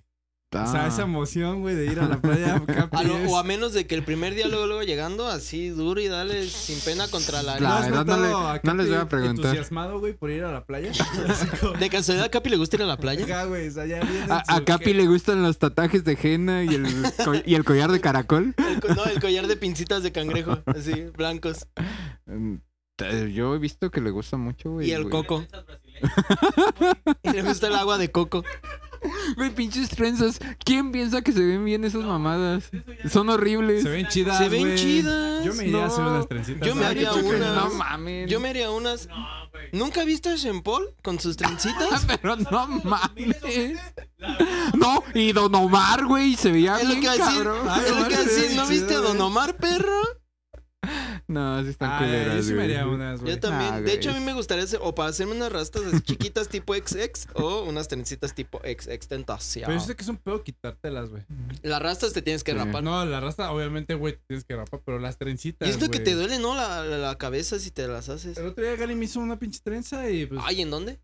Speaker 3: Ah,
Speaker 1: O sea, esa emoción, güey, de ir a la playa, Capi.
Speaker 2: a lo-
Speaker 3: pues,
Speaker 1: es-
Speaker 2: Ah, o a menos de que el primer día luego, luego llegando, así duro y dale sin pena contra la.
Speaker 3: La
Speaker 1: has
Speaker 3: verdad, no
Speaker 1: notado
Speaker 3: le-
Speaker 1: a
Speaker 3: no
Speaker 1: Capi
Speaker 3: les voy a preguntar.
Speaker 1: entusiasmado, güey, por ir a la playa? Así como-
Speaker 2: ¿De casualidad a Capi le gusta ir a la playa?
Speaker 1: Acá, güey, o sea, ya viene
Speaker 3: A, a
Speaker 1: su-
Speaker 3: Capi le gustan los tatajes de henna y el, co- y el collar de caracol.
Speaker 2: El co- no, el collar de pincitas de cangrejo, así, blancos.
Speaker 3: Mm, eh, Yo he visto que le gusta mucho, güey.
Speaker 2: Y el
Speaker 3: güey.
Speaker 2: coco.
Speaker 6: Esas brasileñas.
Speaker 2: Y le gusta el agua de coco.
Speaker 3: Güey, pinches trenzas. ¿Quién piensa que se ven bien esas mamadas?
Speaker 6: Eso ya-
Speaker 3: Son horribles.
Speaker 1: Se ven chidas,
Speaker 2: Se ven
Speaker 1: güey.
Speaker 2: chidas.
Speaker 1: Yo me iría a hacer
Speaker 3: No.
Speaker 1: unas trencitas.
Speaker 2: Yo me
Speaker 1: ¿no?
Speaker 3: Ay,
Speaker 2: haría
Speaker 3: chico,
Speaker 2: unas.
Speaker 3: No mames.
Speaker 2: Yo me haría unas.
Speaker 6: No, güey.
Speaker 2: ¿Nunca viste a Sean Paul con sus trencitas?
Speaker 3: Pero no mames.
Speaker 6: La verdad,
Speaker 3: No, y Don Omar, güey, se veía
Speaker 2: Es lo
Speaker 3: bien
Speaker 2: que iba a decir.
Speaker 3: cabrón.
Speaker 1: Ay,
Speaker 2: Es lo que iba a
Speaker 1: Omar,
Speaker 2: decir.
Speaker 1: Ah, sí,
Speaker 2: ¿No viste a
Speaker 1: chido,
Speaker 2: Don
Speaker 1: güey.
Speaker 2: Omar, perro?
Speaker 3: No, sí están
Speaker 1: Ay,
Speaker 3: culeras,
Speaker 1: Ah, yo sí me
Speaker 3: güey.
Speaker 1: haría unas, güey.
Speaker 2: Yo también.
Speaker 3: Ah,
Speaker 2: de
Speaker 3: güey.
Speaker 2: hecho, a mí me gustaría hacer, o para hacerme unas rastas así chiquitas tipo XX o unas trencitas tipo XX tentación.
Speaker 1: Pero yo sé que es un pedo quitártelas, güey.
Speaker 2: Las rastas te tienes que
Speaker 3: Sí.
Speaker 2: rapar.
Speaker 1: No, la rasta, obviamente, güey, te tienes que rapar, pero las trencitas.
Speaker 2: y es lo que
Speaker 1: Ah, güey.
Speaker 2: te duele, ¿no? La, la- la cabeza si te las haces.
Speaker 1: El otro día Gali me hizo una pinche trenza y pues.
Speaker 2: Ay, ¿en dónde?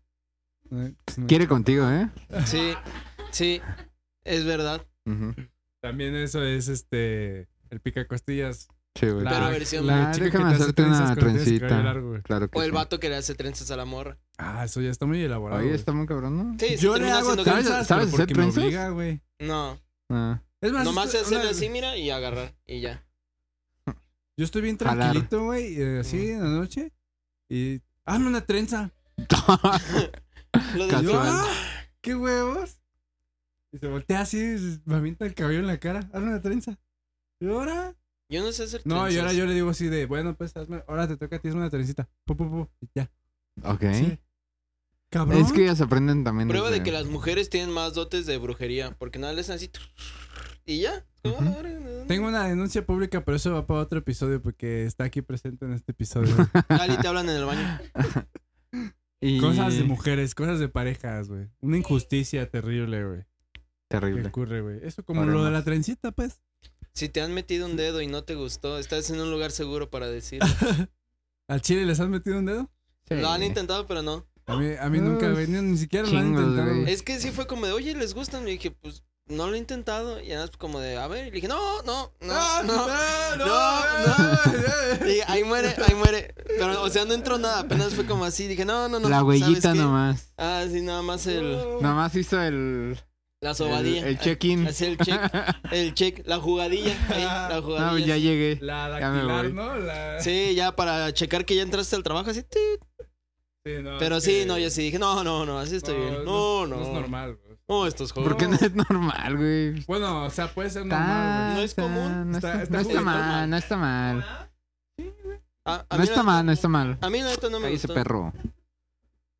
Speaker 1: eh, pues, no.
Speaker 3: Quiere contigo, ¿eh?
Speaker 2: Sí, sí, es verdad.
Speaker 3: Ujú.
Speaker 1: También eso es este. El pica costillas.
Speaker 3: Sí, güey.
Speaker 1: La-
Speaker 2: Pero versión-
Speaker 3: la-
Speaker 1: chica que
Speaker 3: déjame
Speaker 1: te hace
Speaker 3: hacerte
Speaker 1: trenzas
Speaker 3: una
Speaker 1: con el cabello
Speaker 3: trencita.
Speaker 1: largo, güey.
Speaker 3: Claro que
Speaker 2: O el
Speaker 3: sí.
Speaker 2: vato que le hace trenzas a la morra.
Speaker 1: Ah, eso ya está muy elaborado.
Speaker 3: Oye,
Speaker 1: güey.
Speaker 3: está muy cabrón, ¿no?
Speaker 2: Sí, se
Speaker 1: Yo le
Speaker 2: termina
Speaker 1: hago
Speaker 2: haciendo
Speaker 3: ¿sabes-
Speaker 1: trenzas,
Speaker 3: sabes
Speaker 1: pero
Speaker 3: hacer
Speaker 1: porque
Speaker 3: trenzas?
Speaker 1: me obliga, güey.
Speaker 2: No,
Speaker 3: Ah.
Speaker 1: Es más,
Speaker 2: nomás
Speaker 1: esto-
Speaker 2: se hacerle
Speaker 1: una-
Speaker 2: así, mira, y agarrar, y ya.
Speaker 1: Yo estoy bien
Speaker 3: Jalar.
Speaker 1: tranquilito, güey, eh, así en la noche. Y. Hazme una trenza.
Speaker 2: Lo
Speaker 1: Y yo,
Speaker 2: de-
Speaker 3: Casual.
Speaker 1: "Ah, ¿Qué huevos? Y se voltea así, se- me avienta el cabello en la cara. Hazme una trenza. ¿Y ahora?
Speaker 2: Yo no sé hacer
Speaker 1: No,
Speaker 2: trenzas.
Speaker 1: y ahora yo le digo así de, bueno, pues hazme, ahora te toca a ti, hazme una trencita. Pu, pu, pu, y ya.
Speaker 3: Ok.
Speaker 1: Sí. Cabrón.
Speaker 3: Es que ellas aprenden también.
Speaker 2: Prueba de
Speaker 3: desde-
Speaker 2: que las mujeres tienen más dotes de brujería, porque nada les hacen así. Y ya.
Speaker 1: Tengo una denuncia pública, pero eso va para otro episodio porque está aquí presente en este episodio.
Speaker 2: Gali, te hablan en el baño.
Speaker 3: Y-
Speaker 1: cosas de mujeres, cosas de parejas, güey. Una injusticia terrible, güey. Que
Speaker 3: Terrible.
Speaker 1: ocurre, güey. Eso como
Speaker 3: Ahora
Speaker 1: lo de
Speaker 3: más.
Speaker 1: la trencita, pues.
Speaker 2: Si te han metido un dedo y no te gustó, estás en un lugar seguro para decir.
Speaker 1: ¿Al chile les han metido un dedo?
Speaker 3: Sí.
Speaker 2: Lo han intentado, pero no.
Speaker 1: A mí, a mí nunca,
Speaker 3: Ah,
Speaker 1: güey. Ni, ni siquiera lo han
Speaker 3: chingos,
Speaker 1: intentado.
Speaker 3: güey.
Speaker 1: güey.
Speaker 2: Es que sí fue como de, oye, ¿les gustan? Y dije, pues, no lo he intentado. Y nada más como de, a ver. Y le dije, no, no, no, no. no,
Speaker 1: no.
Speaker 2: Y ahí muere, ahí muere. Pero, o sea, no entró nada. Apenas fue como así. Dije, no, no, no.
Speaker 3: La huellita
Speaker 2: ¿sabes qué?
Speaker 3: nomás.
Speaker 2: Ah, sí, nada más el,
Speaker 3: Nomás hizo el.
Speaker 2: la sobadilla.
Speaker 3: El, el check-in.
Speaker 2: Así el check, el check, la jugadilla. ahí, la
Speaker 3: Ah, No,
Speaker 2: jugadilla.
Speaker 3: ya llegué.
Speaker 1: La
Speaker 3: Ya me
Speaker 1: dactilar,
Speaker 3: voy.
Speaker 1: ¿no? La...
Speaker 2: Sí, ya para checar que ya entraste al trabajo así. tit.
Speaker 1: Sí, no,
Speaker 2: Pero
Speaker 1: es
Speaker 2: sí,
Speaker 1: que-
Speaker 2: no, yo sí dije, no, no, no, así estoy bien. No, no.
Speaker 1: No es normal, güey.
Speaker 2: No, estos juegos.
Speaker 3: ¿Por qué no es normal, güey?
Speaker 1: Bueno, o sea, puede ser normal,
Speaker 3: Está-
Speaker 2: No es común.
Speaker 3: No
Speaker 1: Está-
Speaker 3: está,
Speaker 1: está
Speaker 3: no está
Speaker 2: justo.
Speaker 3: mal, no está mal.
Speaker 2: A, a
Speaker 3: No
Speaker 2: mí la
Speaker 3: está
Speaker 2: neta-
Speaker 3: mal, no está mal.
Speaker 2: A mí la neta no me
Speaker 3: Ahí ese
Speaker 2: gustó.
Speaker 3: perro.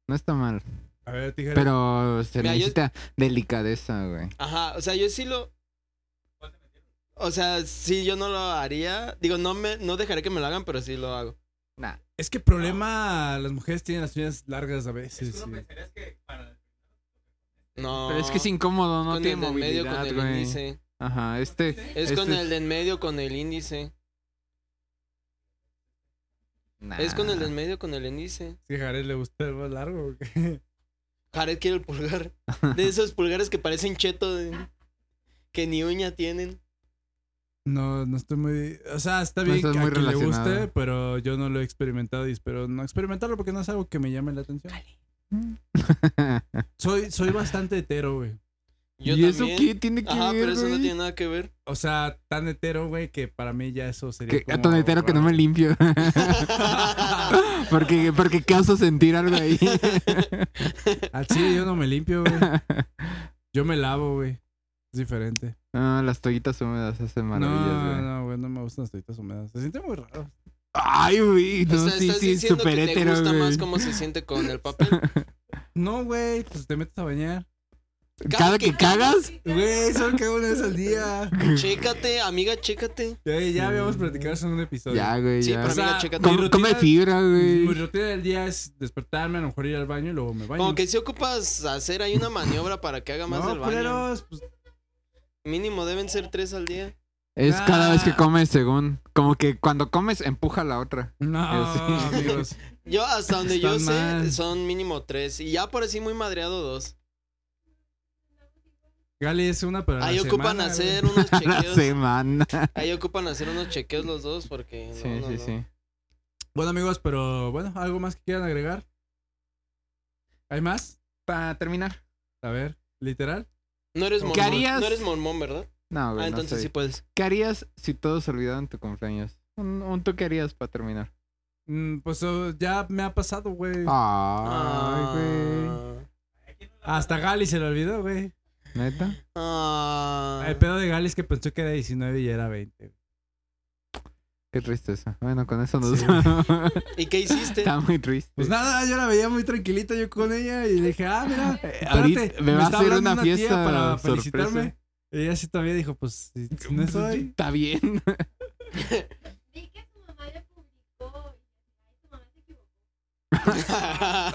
Speaker 3: No está mal.
Speaker 1: güey. A ver, tijera.
Speaker 3: Pero se
Speaker 2: Mira, yo-
Speaker 3: necesita delicadeza, güey.
Speaker 2: Ajá, o sea, yo sí lo... O sea, sí, yo no lo haría. Digo, no me, no dejaré que me lo hagan, pero sí lo hago.
Speaker 3: Nah.
Speaker 1: Es que problema, las mujeres tienen las uñas largas a veces.
Speaker 6: tú
Speaker 1: sí.
Speaker 6: no pensarías que para-
Speaker 2: No.
Speaker 3: Pero es que es incómodo, no
Speaker 2: con
Speaker 3: tiene
Speaker 2: el de en medio,
Speaker 3: movilidad,
Speaker 2: con el
Speaker 3: güey.
Speaker 2: índice.
Speaker 3: Ajá, este...
Speaker 2: Es
Speaker 3: Este
Speaker 2: con
Speaker 3: es-
Speaker 2: el de en medio, con el índice.
Speaker 3: nah.
Speaker 2: Es con el de en medio, con el índice.
Speaker 1: Sí, Jared le gusta el más largo. ¿o qué?
Speaker 2: Jared quiere el pulgar. De esos pulgares que parecen cheto, de- que ni uña tienen.
Speaker 1: No, no estoy muy. O sea, está
Speaker 3: No
Speaker 1: bien
Speaker 3: estás
Speaker 1: que
Speaker 3: muy
Speaker 1: a quien le
Speaker 3: relacionado.
Speaker 1: guste, pero yo no lo he experimentado y espero no experimentarlo porque no es algo que me llame la atención. Soy, soy bastante hetero, güey.
Speaker 2: Yo
Speaker 3: ¿Y eso
Speaker 2: también.
Speaker 3: qué tiene que
Speaker 2: Ajá,
Speaker 3: ver,
Speaker 2: pero eso no
Speaker 3: güey?
Speaker 2: tiene nada que ver.
Speaker 1: O sea, tan hetero, güey, que para mí ya eso sería.
Speaker 3: Que,
Speaker 1: como
Speaker 3: tan hetero que no me
Speaker 1: raro.
Speaker 3: limpio. porque, porque caso sentir algo ahí.
Speaker 1: Al chile yo no me limpio, güey. Yo me lavo, güey. Es diferente.
Speaker 3: Ah, las toallitas húmedas hacen maravillas,
Speaker 1: No,
Speaker 3: güey.
Speaker 1: no, güey, no me gustan las toallitas húmedas. Se siente muy raro.
Speaker 3: Ay, güey, no,
Speaker 2: o sea,
Speaker 3: sí,
Speaker 2: estás
Speaker 3: sí,
Speaker 2: diciendo
Speaker 3: súper
Speaker 2: que te
Speaker 3: hetero,
Speaker 2: gusta
Speaker 3: güey.
Speaker 2: más cómo se siente con el papel.
Speaker 1: No, güey, pues te metes a bañar.
Speaker 3: Cada que cagas,
Speaker 5: Güey, solo cago una vez al día.
Speaker 2: Chécate, amiga, chécate.
Speaker 5: Ya, ya habíamos platicado eso en un episodio.
Speaker 3: ya, güey,
Speaker 2: Sí,
Speaker 3: ya.
Speaker 2: para
Speaker 1: O sea,
Speaker 2: amiga, chécate.
Speaker 1: mi
Speaker 3: Come-
Speaker 1: rutina-
Speaker 3: come fibra,
Speaker 1: Mi
Speaker 3: güey.
Speaker 1: rutina del día es despertarme, a lo mejor ir al baño y luego me baño.
Speaker 2: Como que si ocupas hacer ahí una maniobra para que haga más
Speaker 1: no,
Speaker 2: del baño.
Speaker 1: culeros, pues,
Speaker 2: Mínimo deben ser tres al día.
Speaker 3: Es cada vez que
Speaker 1: Ah.
Speaker 3: comes, según. Como que cuando comes, empuja la otra.
Speaker 1: no,
Speaker 3: Sí.
Speaker 1: amigos.
Speaker 2: Yo, hasta donde yo
Speaker 1: Están mal.
Speaker 2: sé, son mínimo tres. Y ya por así muy madreado dos.
Speaker 1: Gali es una, pero. a la
Speaker 2: Ahí ocupan
Speaker 1: semana,
Speaker 2: hacer
Speaker 1: güey.
Speaker 2: unos
Speaker 3: La
Speaker 2: chequeos.
Speaker 3: semana.
Speaker 2: Ahí ocupan hacer unos chequeos los dos porque. no,
Speaker 3: Sí,
Speaker 2: no,
Speaker 3: sí,
Speaker 2: no.
Speaker 3: sí.
Speaker 1: Bueno, amigos, pero bueno, ¿algo más que quieran agregar? ¿Hay más?
Speaker 3: Para terminar.
Speaker 1: A ver, literal.
Speaker 2: No eres
Speaker 3: ¿Qué
Speaker 2: mormón.
Speaker 3: harías?
Speaker 2: No eres mormón, ¿verdad?
Speaker 3: No, güey,
Speaker 2: Ah,
Speaker 3: no
Speaker 2: entonces
Speaker 3: soy.
Speaker 2: sí puedes.
Speaker 3: ¿Qué harías si todos olvidaran tu cumpleaños? Un, un tú qué harías para terminar.
Speaker 1: Mm, pues oh, ya me ha pasado, güey.
Speaker 3: Ah. Ay,
Speaker 2: Ah.
Speaker 3: güey.
Speaker 1: Hasta Gali se le olvidó, güey.
Speaker 3: ¿Neta?
Speaker 2: Ah.
Speaker 1: El pedo de Gali es que pensó que era 19 y era 20.
Speaker 3: Qué tristeza. Bueno, con eso nos...
Speaker 1: Sí.
Speaker 2: ¿Y qué hiciste?
Speaker 3: Está muy triste.
Speaker 5: Pues nada, yo la veía muy tranquilita yo con ella y le dije, ah, mira,
Speaker 3: Eh,
Speaker 5: espérate,
Speaker 3: ahorita me va a
Speaker 5: está
Speaker 3: hacer
Speaker 5: hablando
Speaker 3: una
Speaker 5: tía
Speaker 3: fiesta
Speaker 5: para
Speaker 3: sorpresa.
Speaker 5: felicitarme. Y ella sí todavía dijo, pues, si si no soy.
Speaker 3: Está bien.
Speaker 4: Vi que su mamá le publicó y su mamá se equivocó.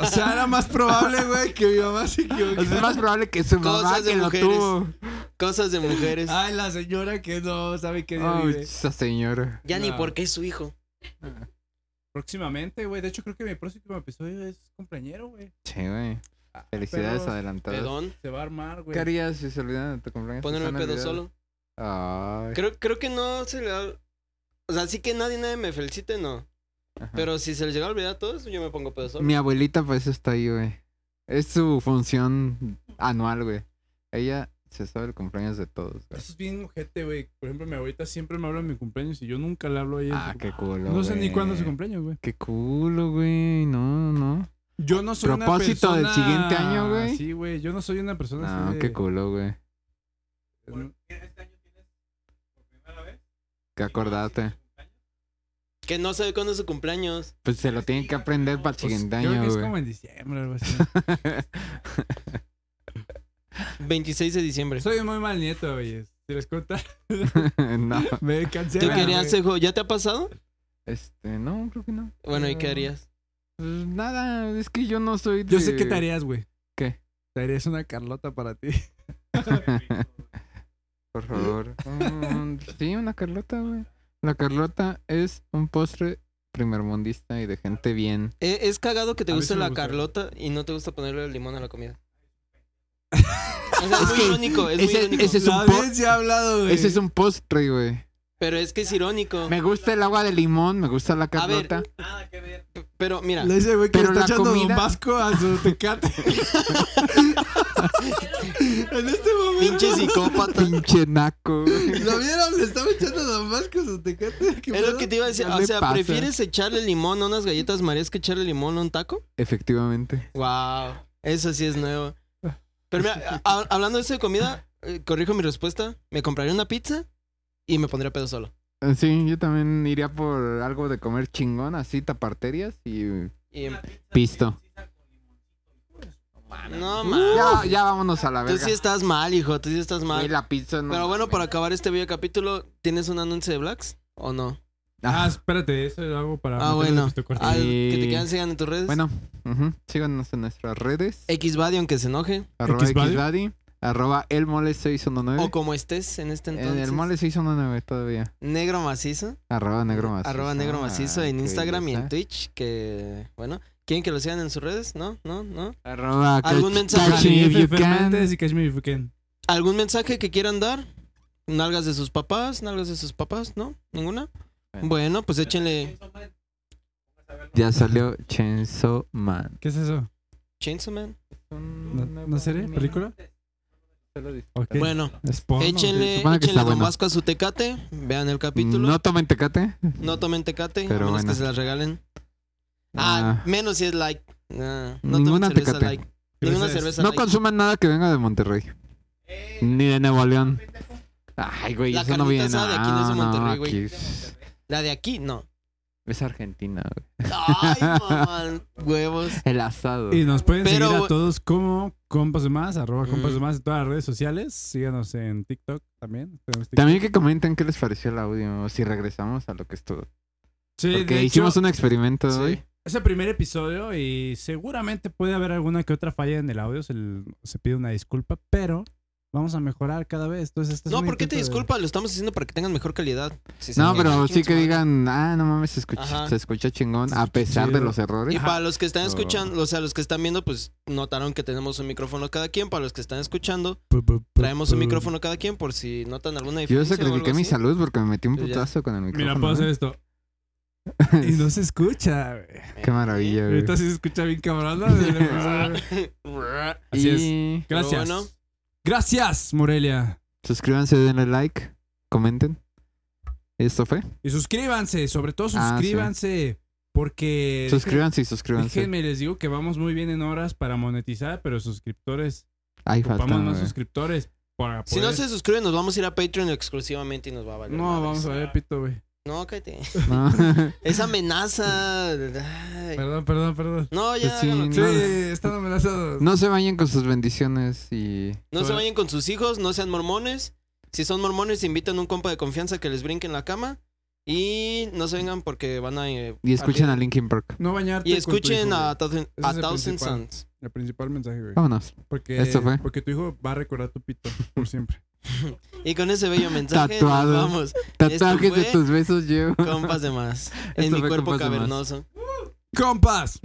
Speaker 5: O sea, era más probable, güey, que mi mamá se
Speaker 3: O sea, es
Speaker 5: equivocara.
Speaker 3: más probable que su mamá
Speaker 2: Cosas de
Speaker 3: que lo
Speaker 2: mujeres.
Speaker 3: tuvo.
Speaker 2: Cosas de mujeres.
Speaker 1: ah,
Speaker 5: Ay, la señora que no sabe qué día
Speaker 3: Ay,
Speaker 5: vive.
Speaker 3: esa señora.
Speaker 2: ya ni
Speaker 1: no.
Speaker 2: porque es su hijo.
Speaker 1: Próximamente, güey. De hecho, creo que mi próximo episodio es compañero, güey.
Speaker 3: Che, güey. Felicidades
Speaker 1: Pero
Speaker 3: adelantadas.
Speaker 2: Pedón.
Speaker 1: Se va a armar, güey.
Speaker 3: ¿Qué harías si se olvidan de tu cumpleaños?
Speaker 2: Ponerme
Speaker 3: ¿Se han
Speaker 2: pedo
Speaker 3: olvidado?
Speaker 2: solo.
Speaker 3: Ay.
Speaker 2: Creo, creo que no se le da. O sea, sí que nadie, nadie me felicite, no.
Speaker 3: Ajá.
Speaker 2: Pero si se les llega a olvidar a todos, yo me pongo pedo solo.
Speaker 3: Mi abuelita pues está ahí, güey. Es su función anual, güey. Ella se sabe el cumpleaños de todos, güey.
Speaker 1: Eso es bien ojete, güey. Por ejemplo, mi abuelita siempre me habla en mi cumpleaños y yo nunca le hablo a ella. en
Speaker 3: Ah,
Speaker 1: su-
Speaker 3: qué culo,
Speaker 1: no sé ni
Speaker 3: güey.
Speaker 1: cuándo es su cumpleaños, güey.
Speaker 3: Qué culo, güey. No, no.
Speaker 1: Yo no soy una
Speaker 3: Propósito del
Speaker 1: persona...
Speaker 3: siguiente año, güey.
Speaker 1: Sí, güey. Yo no soy una persona
Speaker 3: No,
Speaker 1: así de-
Speaker 3: qué culo, güey. Que acordate.
Speaker 2: Que no sabe cuándo es su cumpleaños.
Speaker 3: Pues se lo tienen que aprender para el siguiente
Speaker 1: Creo que
Speaker 3: año,
Speaker 1: Pues, es
Speaker 3: güey.
Speaker 1: como en diciembre o algo así.
Speaker 2: 26 de diciembre.
Speaker 1: soy muy mal nieto, güey. Si les cuento,
Speaker 3: no.
Speaker 5: Me cansé.
Speaker 2: ¿Tú
Speaker 5: güey.
Speaker 2: querías ser jo- ¿Ya te ha pasado?
Speaker 3: Este, no, creo que no.
Speaker 2: Bueno, ¿y
Speaker 3: No.
Speaker 2: qué harías?
Speaker 3: Pues nada, es que yo no soy de...
Speaker 5: Yo sé qué te harías, güey.
Speaker 3: ¿Qué?
Speaker 5: Te harías una Carlota para ti.
Speaker 3: Por favor. Mm, sí, una Carlota, güey. La Carlota es un postre primermundista y de gente bien.
Speaker 2: Eh, Es cagado que te
Speaker 1: A mí
Speaker 2: guste
Speaker 1: sí me
Speaker 2: la
Speaker 1: gusta.
Speaker 2: Carlota y no te gusta ponerle el limón a la comida. O sea, es
Speaker 3: Es
Speaker 2: muy
Speaker 3: que
Speaker 2: irónico, es muy
Speaker 3: ese-
Speaker 2: irónico.
Speaker 3: ese es un
Speaker 5: La
Speaker 3: po-
Speaker 5: vez ya ha hablado, güey.
Speaker 3: Ese es un postre, güey.
Speaker 2: Pero es que es irónico.
Speaker 3: Me gusta el agua de limón, me gusta la
Speaker 2: A ver,
Speaker 3: Carlota.
Speaker 6: Nada que ver.
Speaker 2: Pero mira,
Speaker 5: Le dice, güey, que le
Speaker 3: Pero
Speaker 5: está
Speaker 3: la
Speaker 5: echando
Speaker 3: comida-
Speaker 5: Don Vasco a su tecate. en este momento.
Speaker 2: pinche psicópata.
Speaker 3: Pinche naco, güey.
Speaker 5: ¿Lo vieron? Le estaba echando Don Vasco a su tecate. ¿Qué
Speaker 2: Es lo
Speaker 5: pedo?
Speaker 2: que te iba a decir.
Speaker 3: ¿Qué
Speaker 2: O
Speaker 3: le
Speaker 2: sea,
Speaker 3: pasa?
Speaker 2: ¿prefieres echarle limón a unas galletas marías que echarle limón a un taco?
Speaker 3: Efectivamente.
Speaker 2: Wow, eso sí es nuevo. Pero mira, a- a- hablando de eso de comida, eh, corrijo mi respuesta. Me compraría una pizza y me pondría pedo solo.
Speaker 3: Eh, Sí, yo también iría por algo de comer chingón, así taparterias y
Speaker 2: Y, em,
Speaker 3: pisto.
Speaker 2: no mames.
Speaker 3: Ah, Uh, Ya, ya vámonos a la
Speaker 2: Tú
Speaker 3: verga.
Speaker 2: sí estás mal, hijo. Tú sí estás
Speaker 3: Güey,
Speaker 2: mal.
Speaker 3: la pizza no.
Speaker 2: Pero bueno, para acabar este video capítulo, ¿tienes un anuncio de Blacks o no?
Speaker 1: Ah,
Speaker 3: Ah,
Speaker 1: espérate, eso lo hago para.
Speaker 2: Ah,
Speaker 1: meterlo
Speaker 2: bueno.
Speaker 1: en tu cuarto.
Speaker 2: Ah,
Speaker 3: Sí.
Speaker 2: que te quedan sigan en tus redes.
Speaker 3: Bueno, ujú, síganos en nuestras redes.
Speaker 2: Xbody aunque se enoje.
Speaker 3: Arroba
Speaker 1: Xvadio.
Speaker 3: Xvadio, arroba el mole
Speaker 2: O
Speaker 3: 619.
Speaker 2: como estés en este
Speaker 3: ¿Eh? En
Speaker 2: entonces.
Speaker 3: el mole 619 todavía.
Speaker 2: Negro macizo.
Speaker 3: Arroba negro macizo.
Speaker 2: Arroba negro macizo
Speaker 3: Ah,
Speaker 2: en
Speaker 3: qué
Speaker 2: Instagram y en
Speaker 3: belleza.
Speaker 2: Twitch. Que bueno. ¿Quieren que lo sigan en sus redes? ¿No? ¿No? ¿No?
Speaker 3: Arroba
Speaker 2: ¿Algún
Speaker 3: catch-
Speaker 2: mensaje?
Speaker 3: catch me if you
Speaker 1: Jennifer
Speaker 3: can.
Speaker 1: Fernández y Catch Me If You Can.
Speaker 2: ¿Algún mensaje que quieran dar? Nalgas de sus papás, nalgas de sus papás, ¿no? ¿Ninguna?
Speaker 3: Bueno.
Speaker 2: Bueno, pues échenle
Speaker 3: Ya salió Chainsaw Man.
Speaker 1: ¿Qué es eso?
Speaker 2: Chainsaw Man.
Speaker 1: ¿No, ¿no serie? ¿Película?
Speaker 8: Solo dis-
Speaker 1: Ok.
Speaker 2: Bueno,
Speaker 1: Es porno,
Speaker 2: échenle,
Speaker 3: Supongo que
Speaker 2: échenle
Speaker 3: está
Speaker 2: a Don
Speaker 3: bueno.
Speaker 2: Vasco a su tecate. Vean el capítulo.
Speaker 3: No
Speaker 2: No,
Speaker 3: tomen tecate.
Speaker 2: tomen tecate,
Speaker 3: Pero
Speaker 2: a menos
Speaker 3: bueno.
Speaker 2: que se las regalen. Ah,
Speaker 3: Ah,
Speaker 2: menos si es like. Ah, no
Speaker 3: Ninguna
Speaker 2: tomen cerveza
Speaker 3: Tecate.
Speaker 2: like. Ninguna cerveza
Speaker 3: no
Speaker 2: like.
Speaker 3: consuman nada que venga de Monterrey. Ni de Nuevo León. Ay, güey,
Speaker 2: Eh. La
Speaker 3: eso no
Speaker 2: carnita
Speaker 3: viene.
Speaker 2: asada de aquí no es de Monterrey, güey.
Speaker 3: aquí es-
Speaker 2: La de aquí, no.
Speaker 3: Es Argentina, güey.
Speaker 2: Ay, mamá, huevos.
Speaker 3: El asado.
Speaker 1: Y nos pueden
Speaker 2: Pero-
Speaker 1: seguir a todos como compas de más, arroba compas de
Speaker 2: Mm.
Speaker 1: más en todas las redes sociales. Síganos en TikTok también. Tenemos TikTok.
Speaker 3: También que comenten qué les pareció el audio. Si regresamos a lo que estuvo.
Speaker 1: Sí,
Speaker 3: Porque
Speaker 1: de
Speaker 3: hicimos
Speaker 1: hecho,
Speaker 3: un experimento
Speaker 2: Sí.
Speaker 3: hoy.
Speaker 1: es el primer episodio y seguramente puede haber alguna que otra falla en el audio. Se, se pide una disculpa, pero vamos a mejorar cada vez. Entonces, este es
Speaker 2: No,
Speaker 1: un
Speaker 2: ¿por qué te
Speaker 1: intento de-
Speaker 2: disculpas? Lo estamos haciendo para que tengan mejor calidad. Si se
Speaker 3: No,
Speaker 2: engañan,
Speaker 3: pero
Speaker 2: chingue
Speaker 3: sí
Speaker 2: su
Speaker 3: que
Speaker 2: madre.
Speaker 3: digan, ah, no mames, se escucha,
Speaker 2: Ajá.
Speaker 3: se escucha chingón
Speaker 1: Se
Speaker 3: a
Speaker 1: escucha
Speaker 3: pesar de
Speaker 1: chido.
Speaker 3: los errores.
Speaker 2: Y para los que están
Speaker 3: Oh.
Speaker 2: escuchando, o sea, los que están viendo, pues notaron que tenemos un micrófono cada quien. Para los que están escuchando,
Speaker 1: Pu, pu, pu,
Speaker 2: traemos un
Speaker 1: pu.
Speaker 2: micrófono cada quien por si notan alguna
Speaker 3: Pues, Yo
Speaker 2: diferencia. o algo
Speaker 3: sacrifiqué mi
Speaker 2: así.
Speaker 3: salud porque me metí un
Speaker 2: Pues ya.
Speaker 3: putazo con el micrófono.
Speaker 1: Mira, pues, puedo hacer
Speaker 3: ¿eh?
Speaker 1: esto. Y no se escucha, güey.
Speaker 3: Qué maravilla, güey.
Speaker 1: Ahorita sí se escucha bien cabrón. ¿no? Desde el episodio. Así es.
Speaker 3: Y
Speaker 1: Gracias.
Speaker 2: Pero bueno.
Speaker 1: Gracias, Morelia.
Speaker 3: suscríbanse, denle like, comenten. Esto fue.
Speaker 1: Y suscríbanse, sobre todo
Speaker 3: Ah, sí.
Speaker 1: suscríbanse. Porque.
Speaker 3: Suscríbanse y suscríbanse.
Speaker 1: Eh, Déjenme, les digo que vamos muy bien en horas para monetizar, pero suscriptores.
Speaker 3: Ahí falta.
Speaker 1: Ocupamos más
Speaker 3: güey.
Speaker 1: suscriptores para
Speaker 2: Si no
Speaker 3: Pues.
Speaker 1: poder-
Speaker 2: se suscriben, nos vamos a ir a Patreon exclusivamente y nos va a valer.
Speaker 1: No,
Speaker 2: madres.
Speaker 1: vamos a ver, pito, güey.
Speaker 2: No, cállate.
Speaker 3: No.
Speaker 2: Esa amenaza. ay.
Speaker 1: Perdón, perdón, perdón.
Speaker 2: No, ya.
Speaker 3: Pues sí,
Speaker 2: háganlo.
Speaker 1: Sí,
Speaker 3: No.
Speaker 1: están amenazados.
Speaker 3: No se bañen con sus bendiciones y
Speaker 2: No se vayan con sus hijos, no sean mormones. Si son mormones, inviten un compa de confianza que les brinque en la cama. Y no se vengan porque van a. eh,
Speaker 3: y escuchen a
Speaker 2: arder.
Speaker 3: Linkin Park.
Speaker 1: No bañarte.
Speaker 2: Y
Speaker 1: con tu
Speaker 2: escuchen
Speaker 1: hijo,
Speaker 2: a
Speaker 1: güey.
Speaker 2: Thousand,
Speaker 1: Ese
Speaker 2: a
Speaker 1: es el
Speaker 2: Thousand
Speaker 1: principal.
Speaker 2: Sons.
Speaker 1: El principal mensaje, güey.
Speaker 3: Vámonos.
Speaker 1: Porque,
Speaker 3: Esto fue.
Speaker 1: porque tu hijo va a recordar tu pito por siempre.
Speaker 2: Y con ese bello mensaje, nos
Speaker 3: Tatuado.
Speaker 2: vamos.
Speaker 3: Tatuajes de
Speaker 2: fue-
Speaker 3: tus besos llevo.
Speaker 2: Compas de más. en
Speaker 3: Esto
Speaker 2: mi
Speaker 3: fue
Speaker 2: cuerpo
Speaker 3: Compas de Más.
Speaker 2: cavernoso.
Speaker 1: ¡Compas!